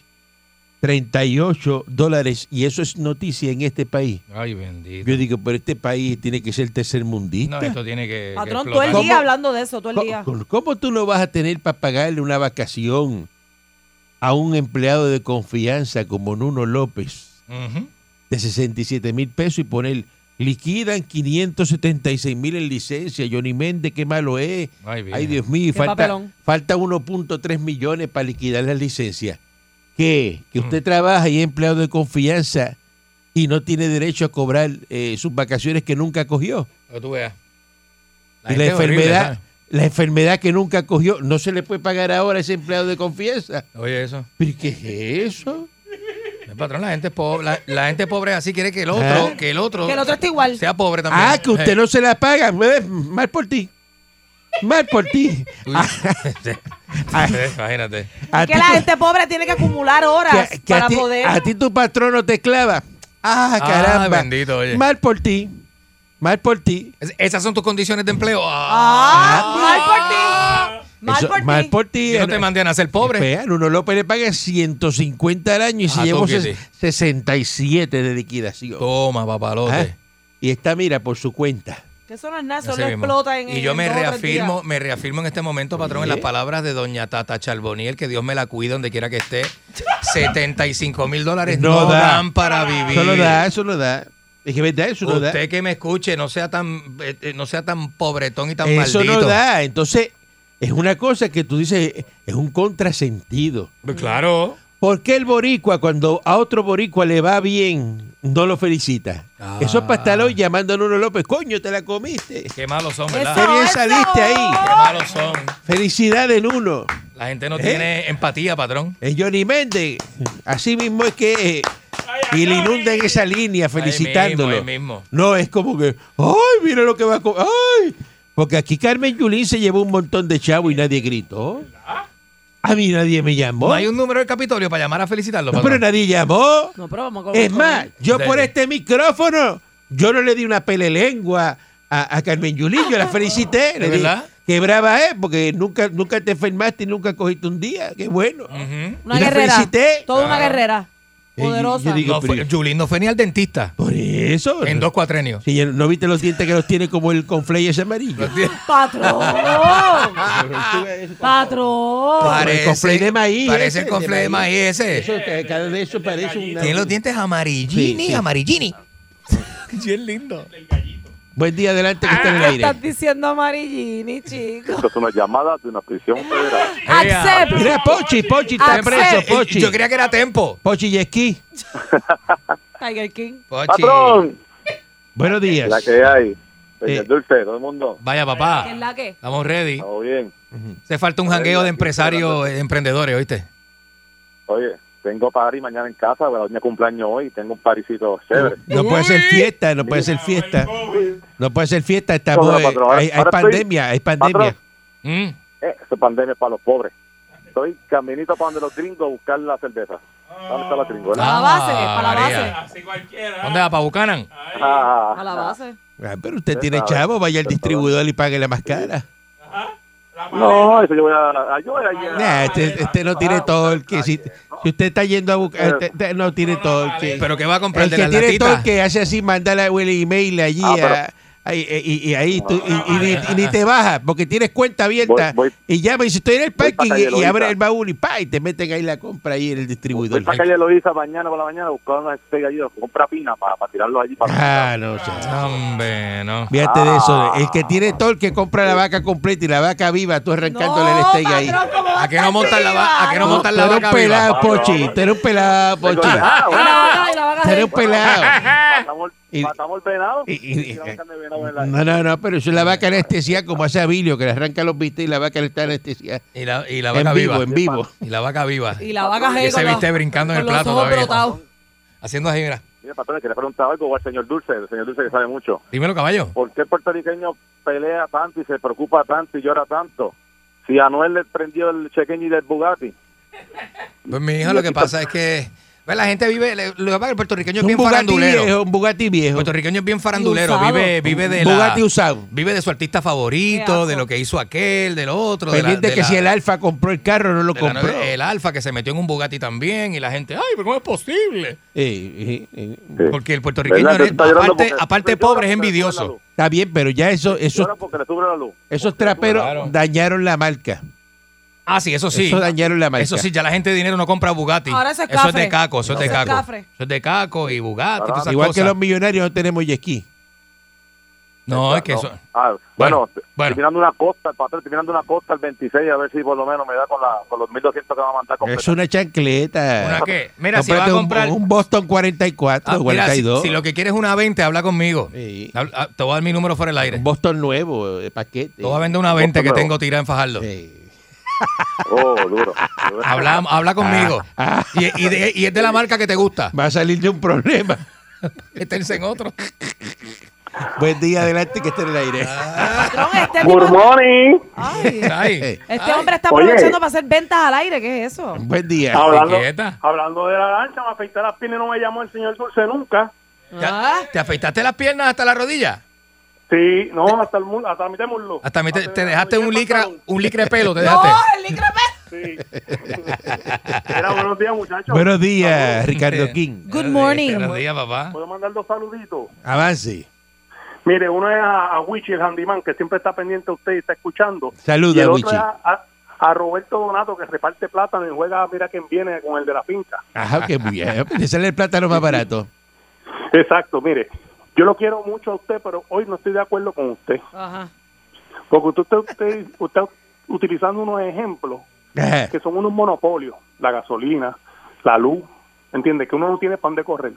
Speaker 3: 38 dólares y eso es noticia en este país.
Speaker 4: Ay, bendito.
Speaker 3: Yo digo, pero este país tiene que ser tercermundista.
Speaker 4: No, esto tiene que. que
Speaker 2: Patrón, todo
Speaker 4: explotar.
Speaker 2: el
Speaker 3: ¿Cómo?
Speaker 2: día hablando de eso, todo el día.
Speaker 3: ¿Cómo, cómo tú no vas a tener para pagarle una vacación a un empleado de confianza como Nuno López
Speaker 4: Ujú.
Speaker 3: de 67 mil pesos y poner liquidan 576 mil en licencia? Johnny Méndez, qué malo es.
Speaker 4: Ay,
Speaker 3: Ay,
Speaker 4: virgen.
Speaker 3: Dios mío, y
Speaker 2: Qué
Speaker 3: falta,
Speaker 2: papelón.
Speaker 3: falta 1.3 millones para liquidar las licencias. qué? Que
Speaker 4: Mm.
Speaker 3: usted trabaja y es empleado de confianza y no tiene derecho a cobrar eh, sus vacaciones que nunca cogió.
Speaker 4: Para que tú veas.
Speaker 3: y la
Speaker 4: gente es horrible,
Speaker 3: enfermedad,
Speaker 4: ¿sabes?
Speaker 3: la enfermedad que nunca cogió, no se le puede pagar ahora a ese empleado de confianza.
Speaker 4: Oye, eso.
Speaker 3: ¿Pero qué es eso?
Speaker 4: El patrón, la gente es pobre, la, la gente pobre así quiere que el otro,
Speaker 3: ¿Eh?
Speaker 4: que el otro,
Speaker 2: Que el otro esté igual.
Speaker 4: sea pobre también.
Speaker 3: Ah, que usted
Speaker 4: Eh,
Speaker 3: no se la paga. Eh, Mal por ti. Mal por ti.
Speaker 4: tú-
Speaker 3: Ah, ah,
Speaker 4: Eh, Imagínate.
Speaker 3: a
Speaker 2: que
Speaker 3: ti
Speaker 2: la
Speaker 3: tu-
Speaker 2: gente pobre tiene que acumular horas
Speaker 3: que- que a
Speaker 2: para
Speaker 3: ti-
Speaker 2: poder.
Speaker 3: A ti tu patrón no te clava. Ah,
Speaker 4: Ah,
Speaker 3: caramba.
Speaker 4: bendito, oye.
Speaker 3: Mal por ti. Mal por ti.
Speaker 4: Es- Esas son tus condiciones de empleo. Ah,
Speaker 2: ah, mal por ti.
Speaker 3: Eso-
Speaker 2: Mal por ti.
Speaker 3: Mal por ti.
Speaker 4: yo no te mandé a nacer pobre.
Speaker 3: Vean, Uno López le paga 150 al año y se
Speaker 4: Ah,
Speaker 3: llevó
Speaker 4: tú que
Speaker 3: ses-
Speaker 4: sí.
Speaker 3: 67 de liquidación.
Speaker 4: Toma, papalote.
Speaker 3: Ah, Y está, mira, por su cuenta.
Speaker 2: Que eso no es nada, eso
Speaker 4: Así
Speaker 2: no
Speaker 4: mismo.
Speaker 2: explota en
Speaker 4: y yo
Speaker 2: en
Speaker 4: me
Speaker 2: dos o tres
Speaker 4: reafirmo,
Speaker 2: días.
Speaker 4: me reafirmo en este momento, patrón, en las palabras de doña Tata Charboniel, que Dios me la cuide donde quiera que esté. 75 mil dólares no,
Speaker 3: No da.
Speaker 4: dan para vivir.
Speaker 3: Eso no da, eso no da. Es que verdad, eso no da.
Speaker 4: Usted que me escuche, no sea tan, eh, eh, no sea tan pobretón y tan
Speaker 3: Eso
Speaker 4: maldito.
Speaker 3: no da. Entonces, es una cosa que tú dices, es un contrasentido.
Speaker 4: Pues Claro.
Speaker 3: ¿Por qué el boricua, cuando a otro boricua le va bien, no lo felicita?
Speaker 4: Ah.
Speaker 3: Eso es pastalón llamándole a uno López. Coño, te la comiste.
Speaker 4: Qué malos son,
Speaker 3: Qué
Speaker 4: ¿verdad?
Speaker 2: Eso,
Speaker 3: bien
Speaker 2: eso.
Speaker 3: saliste ahí.
Speaker 4: Qué malos son.
Speaker 3: Felicidades, Nuno.
Speaker 4: La gente no
Speaker 3: ¿Eh?
Speaker 4: tiene empatía, patrón.
Speaker 3: Es Johnny Méndez. Así mismo es que... eh, y le inundan esa línea felicitándolo.
Speaker 4: Ahí mismo, ahí mismo.
Speaker 3: No, es como que... ¡Ay, mira lo que va a... co- ¡Ay! Porque aquí Carmen Yulín se llevó un montón de chavo y nadie gritó. A mí nadie me llamó.
Speaker 4: No hay un número del Capitolio para llamar a felicitarlo.
Speaker 3: No,
Speaker 4: patrón.
Speaker 3: pero nadie llamó.
Speaker 2: No, pero vamos a
Speaker 3: Es más, yo por
Speaker 4: Dale.
Speaker 3: este micrófono, yo no le di una pelelengua a, a Carmen Yulín, yo la felicité. Le
Speaker 4: ¿De
Speaker 3: dije,
Speaker 4: verdad?
Speaker 3: qué brava es, porque nunca, nunca te enfermaste y nunca cogiste un día. Qué bueno.
Speaker 4: Ujú.
Speaker 3: Y la
Speaker 2: Una guerrera.
Speaker 3: felicité.
Speaker 2: Toda una guerrera.
Speaker 3: Eh, yo-
Speaker 2: Poderosa.
Speaker 3: yo digo-
Speaker 4: No fue- Yulín no fue ni al dentista
Speaker 3: Por eso.
Speaker 4: en dos cuatrenios.
Speaker 3: Si ya ¿No viste los dientes que los tiene como el conflay ese amarillo?
Speaker 2: ¡Patrón! ¡Patrón!
Speaker 3: Pare- el conflay de maíz
Speaker 4: Parece
Speaker 3: ese,
Speaker 4: el conflay
Speaker 3: de
Speaker 4: de maíz ese.
Speaker 3: Eso, ca- cada de eso parece un...
Speaker 4: Tiene los dientes amarillini,
Speaker 3: Sí, sí.
Speaker 4: amarillini. Bien lindo.
Speaker 3: Buen día, adelante, que está en el
Speaker 2: ¿Qué
Speaker 3: aire.
Speaker 2: estás diciendo amarillini, chico?
Speaker 8: Esto es una llamada de una prisión federal.
Speaker 2: Accept.
Speaker 3: Mira, Pochi, Pochi, está
Speaker 2: Ah,
Speaker 3: preso,
Speaker 4: Eh,
Speaker 3: Pochi.
Speaker 4: Yo creía que era tempo.
Speaker 3: Pochi Yesquí.
Speaker 2: Tiger King.
Speaker 4: Pochi.
Speaker 8: ¡Patrón!
Speaker 3: Buenos días.
Speaker 8: La que hay. Señor
Speaker 3: Eh.
Speaker 8: Dulce, todo el mundo.
Speaker 4: Vaya,
Speaker 2: ¿Qué es
Speaker 4: papá.
Speaker 2: la que?
Speaker 4: Estamos ready.
Speaker 8: Todo bien.
Speaker 4: Se falta un jangueo de empresarios, eh, emprendedores, ¿oíste?
Speaker 8: Oye, tengo party mañana en casa, porque la doña cumpleaños hoy. Tengo un parisito chévere.
Speaker 3: No puede ser fiesta, no puede ser fiesta. No puede ser fiesta, estamos,
Speaker 8: Ahora,
Speaker 3: eh,
Speaker 8: patrón,
Speaker 3: hay, hay
Speaker 8: ahora estoy-
Speaker 3: pandemia, hay pandemia.
Speaker 8: Patrón.
Speaker 4: Mm.
Speaker 8: Eh, esta pandemia es para los pobres. Estoy caminito para donde los gringos a buscar la cerveza. ¿Dónde está la gringola?
Speaker 2: Ah. la base,
Speaker 4: Ah,
Speaker 2: para la
Speaker 4: María.
Speaker 2: base.
Speaker 5: Así cualquiera.
Speaker 4: ¿Dónde va? ¿Para Bucanan?
Speaker 8: Ah,
Speaker 2: A la base.
Speaker 3: Ah, pero usted tiene
Speaker 8: sabe,
Speaker 3: chavo, vaya al
Speaker 8: usted sabe.
Speaker 3: distribuidor y pague la más cara.
Speaker 8: No, eso yo voy a... ah, Yo voy a ir a-
Speaker 3: Nah, este, este no tiene todo el que. Si, si usted está yendo a buscar, este- este ah, no tiene todo el que.
Speaker 4: ¿Pero qué va a comprar
Speaker 3: El
Speaker 4: de
Speaker 3: que
Speaker 4: las
Speaker 3: tiene todo el
Speaker 4: latitas?
Speaker 3: que hace así, manda la- el email allí
Speaker 8: Ah, pero-
Speaker 3: a- ahí, y, y- y ahí tú- y, y ni, y ni te baja porque tienes cuenta abierta
Speaker 8: Voy- voy-
Speaker 3: y llama y si estoy en el
Speaker 8: voy pa'
Speaker 3: parking y- y,
Speaker 8: Calle
Speaker 3: abre
Speaker 8: Loíza.
Speaker 3: el baúl y pa y te meten ahí la compra ahí en el distribuidor
Speaker 8: Voy para calle Loiza mañana por la mañana a buscar unos steak allí, los compra pina para, para tirarlos allí. Para
Speaker 3: ah no ya.
Speaker 4: Hombre, no.
Speaker 3: Fíjate de eso. El
Speaker 4: Ah.
Speaker 3: que tiene todo, el que compra la vaca completa y la vaca viva, tú arrancándole el steak ahí.
Speaker 2: patrón, ¿cómo va
Speaker 4: ¿A qué no
Speaker 2: estar
Speaker 4: montan la
Speaker 2: viva?
Speaker 4: va- a qué no
Speaker 3: Tú-
Speaker 4: montan
Speaker 3: tú
Speaker 4: la
Speaker 3: eres
Speaker 4: vaca
Speaker 3: un pelado,
Speaker 4: viva?
Speaker 3: Pochi. Tú eres un pelado,
Speaker 8: Tengo-
Speaker 3: Pochi.
Speaker 8: Ah,
Speaker 2: Y la vaca, y la vaca
Speaker 3: Tú eres un
Speaker 2: rica.
Speaker 3: pelado.
Speaker 8: Matamos,
Speaker 3: Y-
Speaker 8: matamos el venado.
Speaker 3: y- y-
Speaker 8: Y la carne de venado en la-
Speaker 3: No, no, no, pero eso es la vaca anestesiada como hace Abilio, que le arranca los vistes y la vaca le está anestesiada.
Speaker 4: Y la, y la vaca
Speaker 3: En vivo,
Speaker 4: viva.
Speaker 3: en vivo.
Speaker 4: Y la vaca viva.
Speaker 2: Y la vaca
Speaker 4: Que
Speaker 2: rica
Speaker 4: se
Speaker 2: con
Speaker 4: viste
Speaker 2: los-
Speaker 4: brincando en el
Speaker 2: con los
Speaker 4: plato
Speaker 2: ojos
Speaker 4: todavía.
Speaker 2: brotados.
Speaker 4: Haciendo así, mira.
Speaker 8: Mire, patrón, que le preguntaba algo al señor Dulce, el señor Dulce que sabe mucho.
Speaker 4: Dímelo, caballo.
Speaker 8: ¿Por qué el puertorriqueño pelea tanto y se preocupa tanto y llora tanto? Si a Noel le prendió el chequeño y del Bugatti.
Speaker 4: Pues mi hijo, lo que pasa es que ve, la gente vive, le- lo que pasa es que el puertorriqueño es
Speaker 3: Un
Speaker 4: bien
Speaker 3: Bugatti
Speaker 4: farandulero.
Speaker 3: viejo, un Bugatti
Speaker 4: El
Speaker 3: viejo.
Speaker 4: puertorriqueño es bien farandulero,
Speaker 2: usado.
Speaker 4: vive, vive de la-
Speaker 3: Bugatti usado.
Speaker 4: Vive de su artista
Speaker 2: Qué
Speaker 4: favorito,
Speaker 2: asco.
Speaker 4: de lo que hizo aquel, del otro. de la-
Speaker 3: Pendiente Pues,
Speaker 4: de
Speaker 3: que
Speaker 4: la-
Speaker 3: si el Alfa compró el carro, no lo
Speaker 4: de la-
Speaker 3: compró.
Speaker 4: el Alfa que se metió en un Bugatti también y la gente, ay, pero ¿cómo es posible?
Speaker 3: Eh, eh, eh.
Speaker 4: Porque el puertorriqueño,
Speaker 8: ¿Verdad?
Speaker 4: es-
Speaker 8: Está llorando
Speaker 4: aparte,
Speaker 8: porque-
Speaker 4: aparte
Speaker 8: llora
Speaker 4: pobre, es
Speaker 8: porque le sube la
Speaker 4: envidioso.
Speaker 8: luz.
Speaker 3: Está bien, pero ya eso, esos,
Speaker 8: Llora porque le sube la luz.
Speaker 3: esos traperos dañaron la marca.
Speaker 4: Ah, sí, eso sí.
Speaker 3: Eso dañaron la marca.
Speaker 4: Eso sí, ya la gente de dinero no compra Bugatti.
Speaker 2: Ahora eso es
Speaker 4: eso es de
Speaker 2: cafre.
Speaker 4: caco, eso es de
Speaker 2: Eso es
Speaker 4: caco.
Speaker 2: cafre.
Speaker 4: Eso es de caco y Bugatti, y todas esas
Speaker 3: Igual que
Speaker 4: cosas.
Speaker 3: los millonarios no tenemos yesquí.
Speaker 4: No, es que eso.
Speaker 8: Ah, bueno,
Speaker 4: Bueno, bueno.
Speaker 8: estoy mirando una costa, el papel, estoy mirando una costa el 26, a ver si por lo menos me da con, la, con los 1.200 que va a mandar
Speaker 3: Es
Speaker 8: completo.
Speaker 3: una chancleta.
Speaker 4: ¿Una qué? Mira, si
Speaker 3: Eh, Cómprate
Speaker 4: va a
Speaker 3: un-
Speaker 4: comprar.
Speaker 3: Un, Boston 44,
Speaker 4: Ah, mira, si,
Speaker 3: 42.
Speaker 4: si lo que quieres es una 20, habla conmigo.
Speaker 3: Sí.
Speaker 4: Habla- ah, Te voy a dar mi número fuera del aire.
Speaker 3: Un Boston nuevo, de paquete.
Speaker 4: Te voy a vender una 20 que
Speaker 8: Bótamelo.
Speaker 4: tengo tirada en Fajardo.
Speaker 3: Sí.
Speaker 8: Oh, duro.
Speaker 4: Habla,
Speaker 3: Ah.
Speaker 4: habla conmigo. Y, y de- y es de la marca que te gusta.
Speaker 3: Va a salir de un problema.
Speaker 4: Meterse en otro.
Speaker 3: Buen día, adelante, que esté en el aire.
Speaker 4: Ah.
Speaker 2: Patrón, este tipo-
Speaker 8: Good morning.
Speaker 2: Ay,
Speaker 4: Ay,
Speaker 2: este hombre está
Speaker 8: Oye.
Speaker 2: aprovechando para hacer ventas al aire. ¿Qué es eso?
Speaker 3: Buen día.
Speaker 4: Ah.
Speaker 8: Hablando,
Speaker 4: quieta.
Speaker 8: hablando de la lancha, me afeité las piernas y no me llamó el señor Dulce nunca.
Speaker 2: ¿Ah?
Speaker 4: ya- ¿Te afeitaste las piernas hasta la rodilla?
Speaker 8: Sí, no, hasta el mul- hasta la mitad del muslo.
Speaker 4: Hasta mi- te,
Speaker 8: Hasta
Speaker 4: te
Speaker 8: la
Speaker 4: dejaste
Speaker 8: mitad
Speaker 4: un
Speaker 8: del
Speaker 4: licra,
Speaker 8: pantalón.
Speaker 4: un licra de pelo, te
Speaker 2: No,
Speaker 4: dejaste.
Speaker 2: el lícrame.
Speaker 8: Sí. Era buenos días, muchachos.
Speaker 3: Buenos
Speaker 4: Ah.
Speaker 3: días,
Speaker 4: Eh.
Speaker 3: Ricardo King.
Speaker 2: Good morning.
Speaker 4: Buenos días, papá.
Speaker 8: Puedo mandar dos saluditos.
Speaker 3: Avance.
Speaker 8: Mire, uno es a, a Wichi, el handyman, que siempre está pendiente a usted y está escuchando.
Speaker 3: Saluda,
Speaker 8: y el otro
Speaker 3: Wichi.
Speaker 8: es a, a- a Roberto Donato, que reparte plátano y juega, mira quién viene con el de la finca.
Speaker 3: Ajá, qué bien. Te sale el plátano más barato.
Speaker 8: Exacto, mire. Yo lo quiero mucho a usted, pero hoy no estoy de acuerdo con usted.
Speaker 2: Ajá.
Speaker 8: Porque usted está usted, usted utilizando unos ejemplos
Speaker 3: Ajá.
Speaker 8: que son unos monopolios. La gasolina, la luz, ¿entiende? Que uno no tiene pan de correr.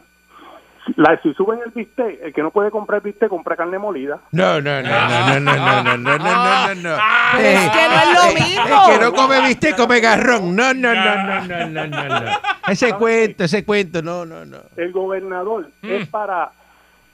Speaker 8: La, si suben el bistec, el que no puede comprar bistec, compra carne molida.
Speaker 3: No, no, no, no, no, no, no, no, no, no, no, no.
Speaker 2: Pero es que no es lo mismo.
Speaker 3: El que no come viste, come garrón. No, no, no, no, no, no, no, no. Ese cuento, ese cuento, no, no, no.
Speaker 8: el gobernador
Speaker 3: Mm.
Speaker 8: es para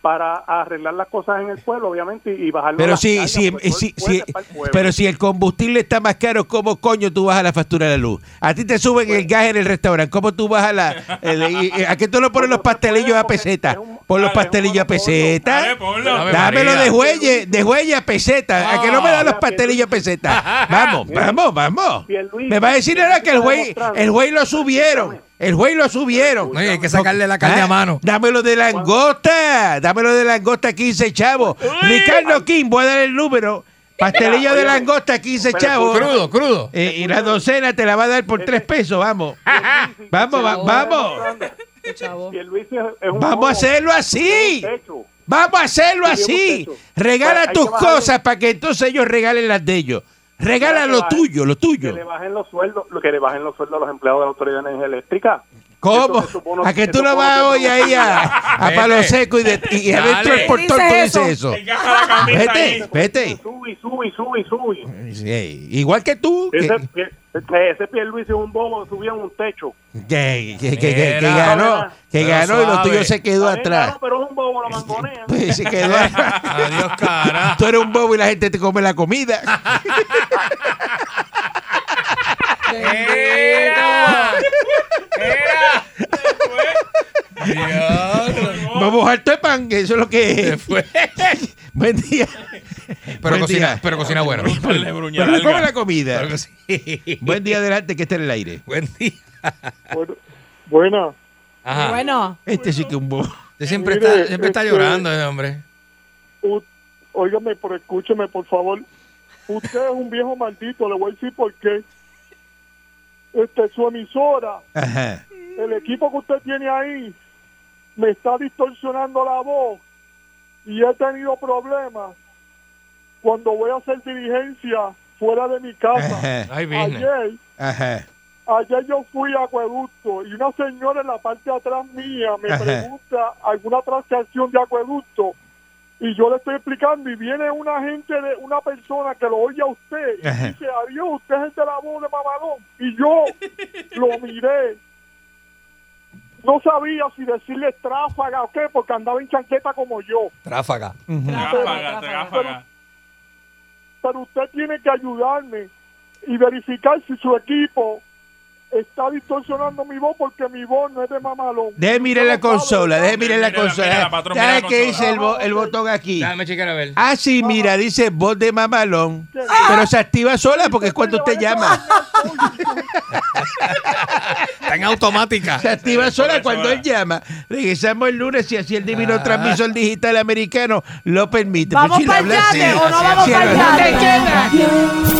Speaker 8: para arreglar las cosas en el pueblo, obviamente, y bajar
Speaker 3: Pero pues, si, si, si, si- pero si el combustible está más caro, ¿cómo coño tú bajas la factura de la luz? A ti te suben el gas en el restaurante, ¿cómo tú bajas la... eh, de- y- y- ¿A qué tú lo pones los pastelillos a peseta? Pon los pastelillos a peseta.
Speaker 5: Dale, ponlo.
Speaker 4: Ave
Speaker 3: Dámelo
Speaker 4: María. Ah.
Speaker 3: de juelle, de juelle a peseta. ¿A que no me dan los pastelillos a peseta? Vamos, vamos, vamos.
Speaker 8: Pierluisi,
Speaker 3: Me va a decir ahora que el juez,
Speaker 8: demostrando.
Speaker 3: el juez lo subieron. El juez lo subieron.
Speaker 4: Oye, hay que sacarle la carne
Speaker 3: ¿Ah?
Speaker 4: a mano.
Speaker 3: Dámelo de langosta. Dámelo de langosta 15 chavos. Ricardo King, voy a dar el número. Pastelillo de langosta 15
Speaker 8: Pero
Speaker 3: chavos.
Speaker 4: Crudo, crudo.
Speaker 3: Eh, y la docena te la va a dar por 3 pesos. Vamos. Vamos, va- vamos.
Speaker 2: Chavo.
Speaker 3: Vamos a hacerlo así. Vamos a hacerlo
Speaker 8: Sí,
Speaker 3: así.
Speaker 8: hemos hecho. Hay-
Speaker 3: Regala
Speaker 8: hay
Speaker 3: tus
Speaker 8: que bajarle-
Speaker 3: cosas para que entonces ellos regalen las de ellos. Regala
Speaker 8: Hay que
Speaker 3: lo
Speaker 8: bajar-
Speaker 3: tuyo, lo
Speaker 8: Que le
Speaker 3: tuyo.
Speaker 8: bajen los sueldos, lo que le bajen los sueldos a los empleados de la Autoridad de Energía Eléctrica.
Speaker 3: ¿Cómo?
Speaker 8: Eso- eso bono-
Speaker 3: A que tú
Speaker 8: eso
Speaker 3: no
Speaker 8: bono
Speaker 3: vas
Speaker 8: que-
Speaker 3: hoy ahí a, a
Speaker 4: Vete.
Speaker 3: palo seco y, de- y- y
Speaker 4: Dale.
Speaker 3: adentro del portón tú
Speaker 2: Dices
Speaker 3: dices eso.
Speaker 5: Encaja la camisa ahí.
Speaker 3: Vete, vete.
Speaker 8: Sube, sube, sube, sube.
Speaker 3: Sí, Igual que tú. que-
Speaker 8: Ese, Pier- ese Pierluisi es un bobo, subía en un techo.
Speaker 3: Que, que- que- que- que
Speaker 4: Mira.
Speaker 3: ganó, que
Speaker 4: Pero
Speaker 3: ganó y lo
Speaker 4: suave.
Speaker 3: tuyo se quedó
Speaker 8: Está bien,
Speaker 3: atrás.
Speaker 8: claro, Pero es un bobo, lo mangonea.
Speaker 3: Pues, se quedó atrás.
Speaker 4: Adiós, cara.
Speaker 3: Tú eres un bobo y la gente te come la comida.
Speaker 4: ¡Era! ¡Era! Dios.
Speaker 3: Vamos al tepan, que eso es lo que es. Buen día.
Speaker 4: Pero
Speaker 3: Buen
Speaker 4: cocina,
Speaker 3: día.
Speaker 4: pero cocina bueno.
Speaker 5: Ponle bruña
Speaker 3: Pero le come
Speaker 5: larga.
Speaker 3: la comida.
Speaker 4: Claro que sí.
Speaker 3: Buen día adelante que esté en el aire.
Speaker 4: Buen día.
Speaker 8: Bueno.
Speaker 4: Ajá.
Speaker 2: Bueno,
Speaker 3: Este sí que un bobo.
Speaker 4: Usted siempre
Speaker 8: Mire,
Speaker 4: está, siempre está
Speaker 8: este-
Speaker 4: llorando ese hombre.
Speaker 8: U- Óigame, pero escúcheme, por favor. Usted es un viejo maldito, le voy a decir por qué. Este, su emisora,
Speaker 3: Ajá.
Speaker 8: el equipo que usted tiene ahí, me está distorsionando la voz y he tenido problemas cuando voy a hacer diligencia fuera de mi casa.
Speaker 3: Ajá.
Speaker 4: Ay, business.
Speaker 8: Ayer,
Speaker 3: Ajá.
Speaker 8: Ayer yo fui a Acueducto y una señora en la parte de atrás mía me
Speaker 3: Ajá.
Speaker 8: pregunta alguna transacción de Acueducto y yo le estoy explicando y viene una gente, de una persona que lo oye a usted y
Speaker 3: Ajá.
Speaker 8: dice, adiós, usted es el de la voz de Mamadón. Y yo lo miré. No sabía si decirle tráfaga o qué, porque andaba en chanqueta como yo.
Speaker 4: Tráfaga.
Speaker 5: Ráfaga, ráfaga.
Speaker 8: pero usted tiene que ayudarme y verificar si su equipo está distorsionando mi voz porque mi voz no es de mamalón.
Speaker 3: Deje mirar la consola, deje mirar la
Speaker 5: Mira, mira, mira,
Speaker 3: consola.
Speaker 5: patrón, mira
Speaker 3: ¿Sabes
Speaker 5: la
Speaker 3: qué
Speaker 5: consola.
Speaker 3: dice el, bo- el botón aquí?
Speaker 4: Déjame checar a ver.
Speaker 3: Ah, sí, mira, dice voz de mamalón. Pero se activa sola porque es cuando usted llama.
Speaker 4: Está en automática.
Speaker 3: Se activa sola
Speaker 5: sola, Ah.
Speaker 3: cuando
Speaker 5: sola.
Speaker 3: él llama. Regresamos el lunes si así el divino transmisor digital americano lo permite.
Speaker 2: ¿Vamos
Speaker 3: Pues si le
Speaker 2: pa'l
Speaker 3: habla
Speaker 2: yate
Speaker 3: así,
Speaker 2: o no
Speaker 3: así,
Speaker 2: vamos
Speaker 3: así,
Speaker 2: pa'l
Speaker 3: ¿no?
Speaker 2: yate?
Speaker 7: Radio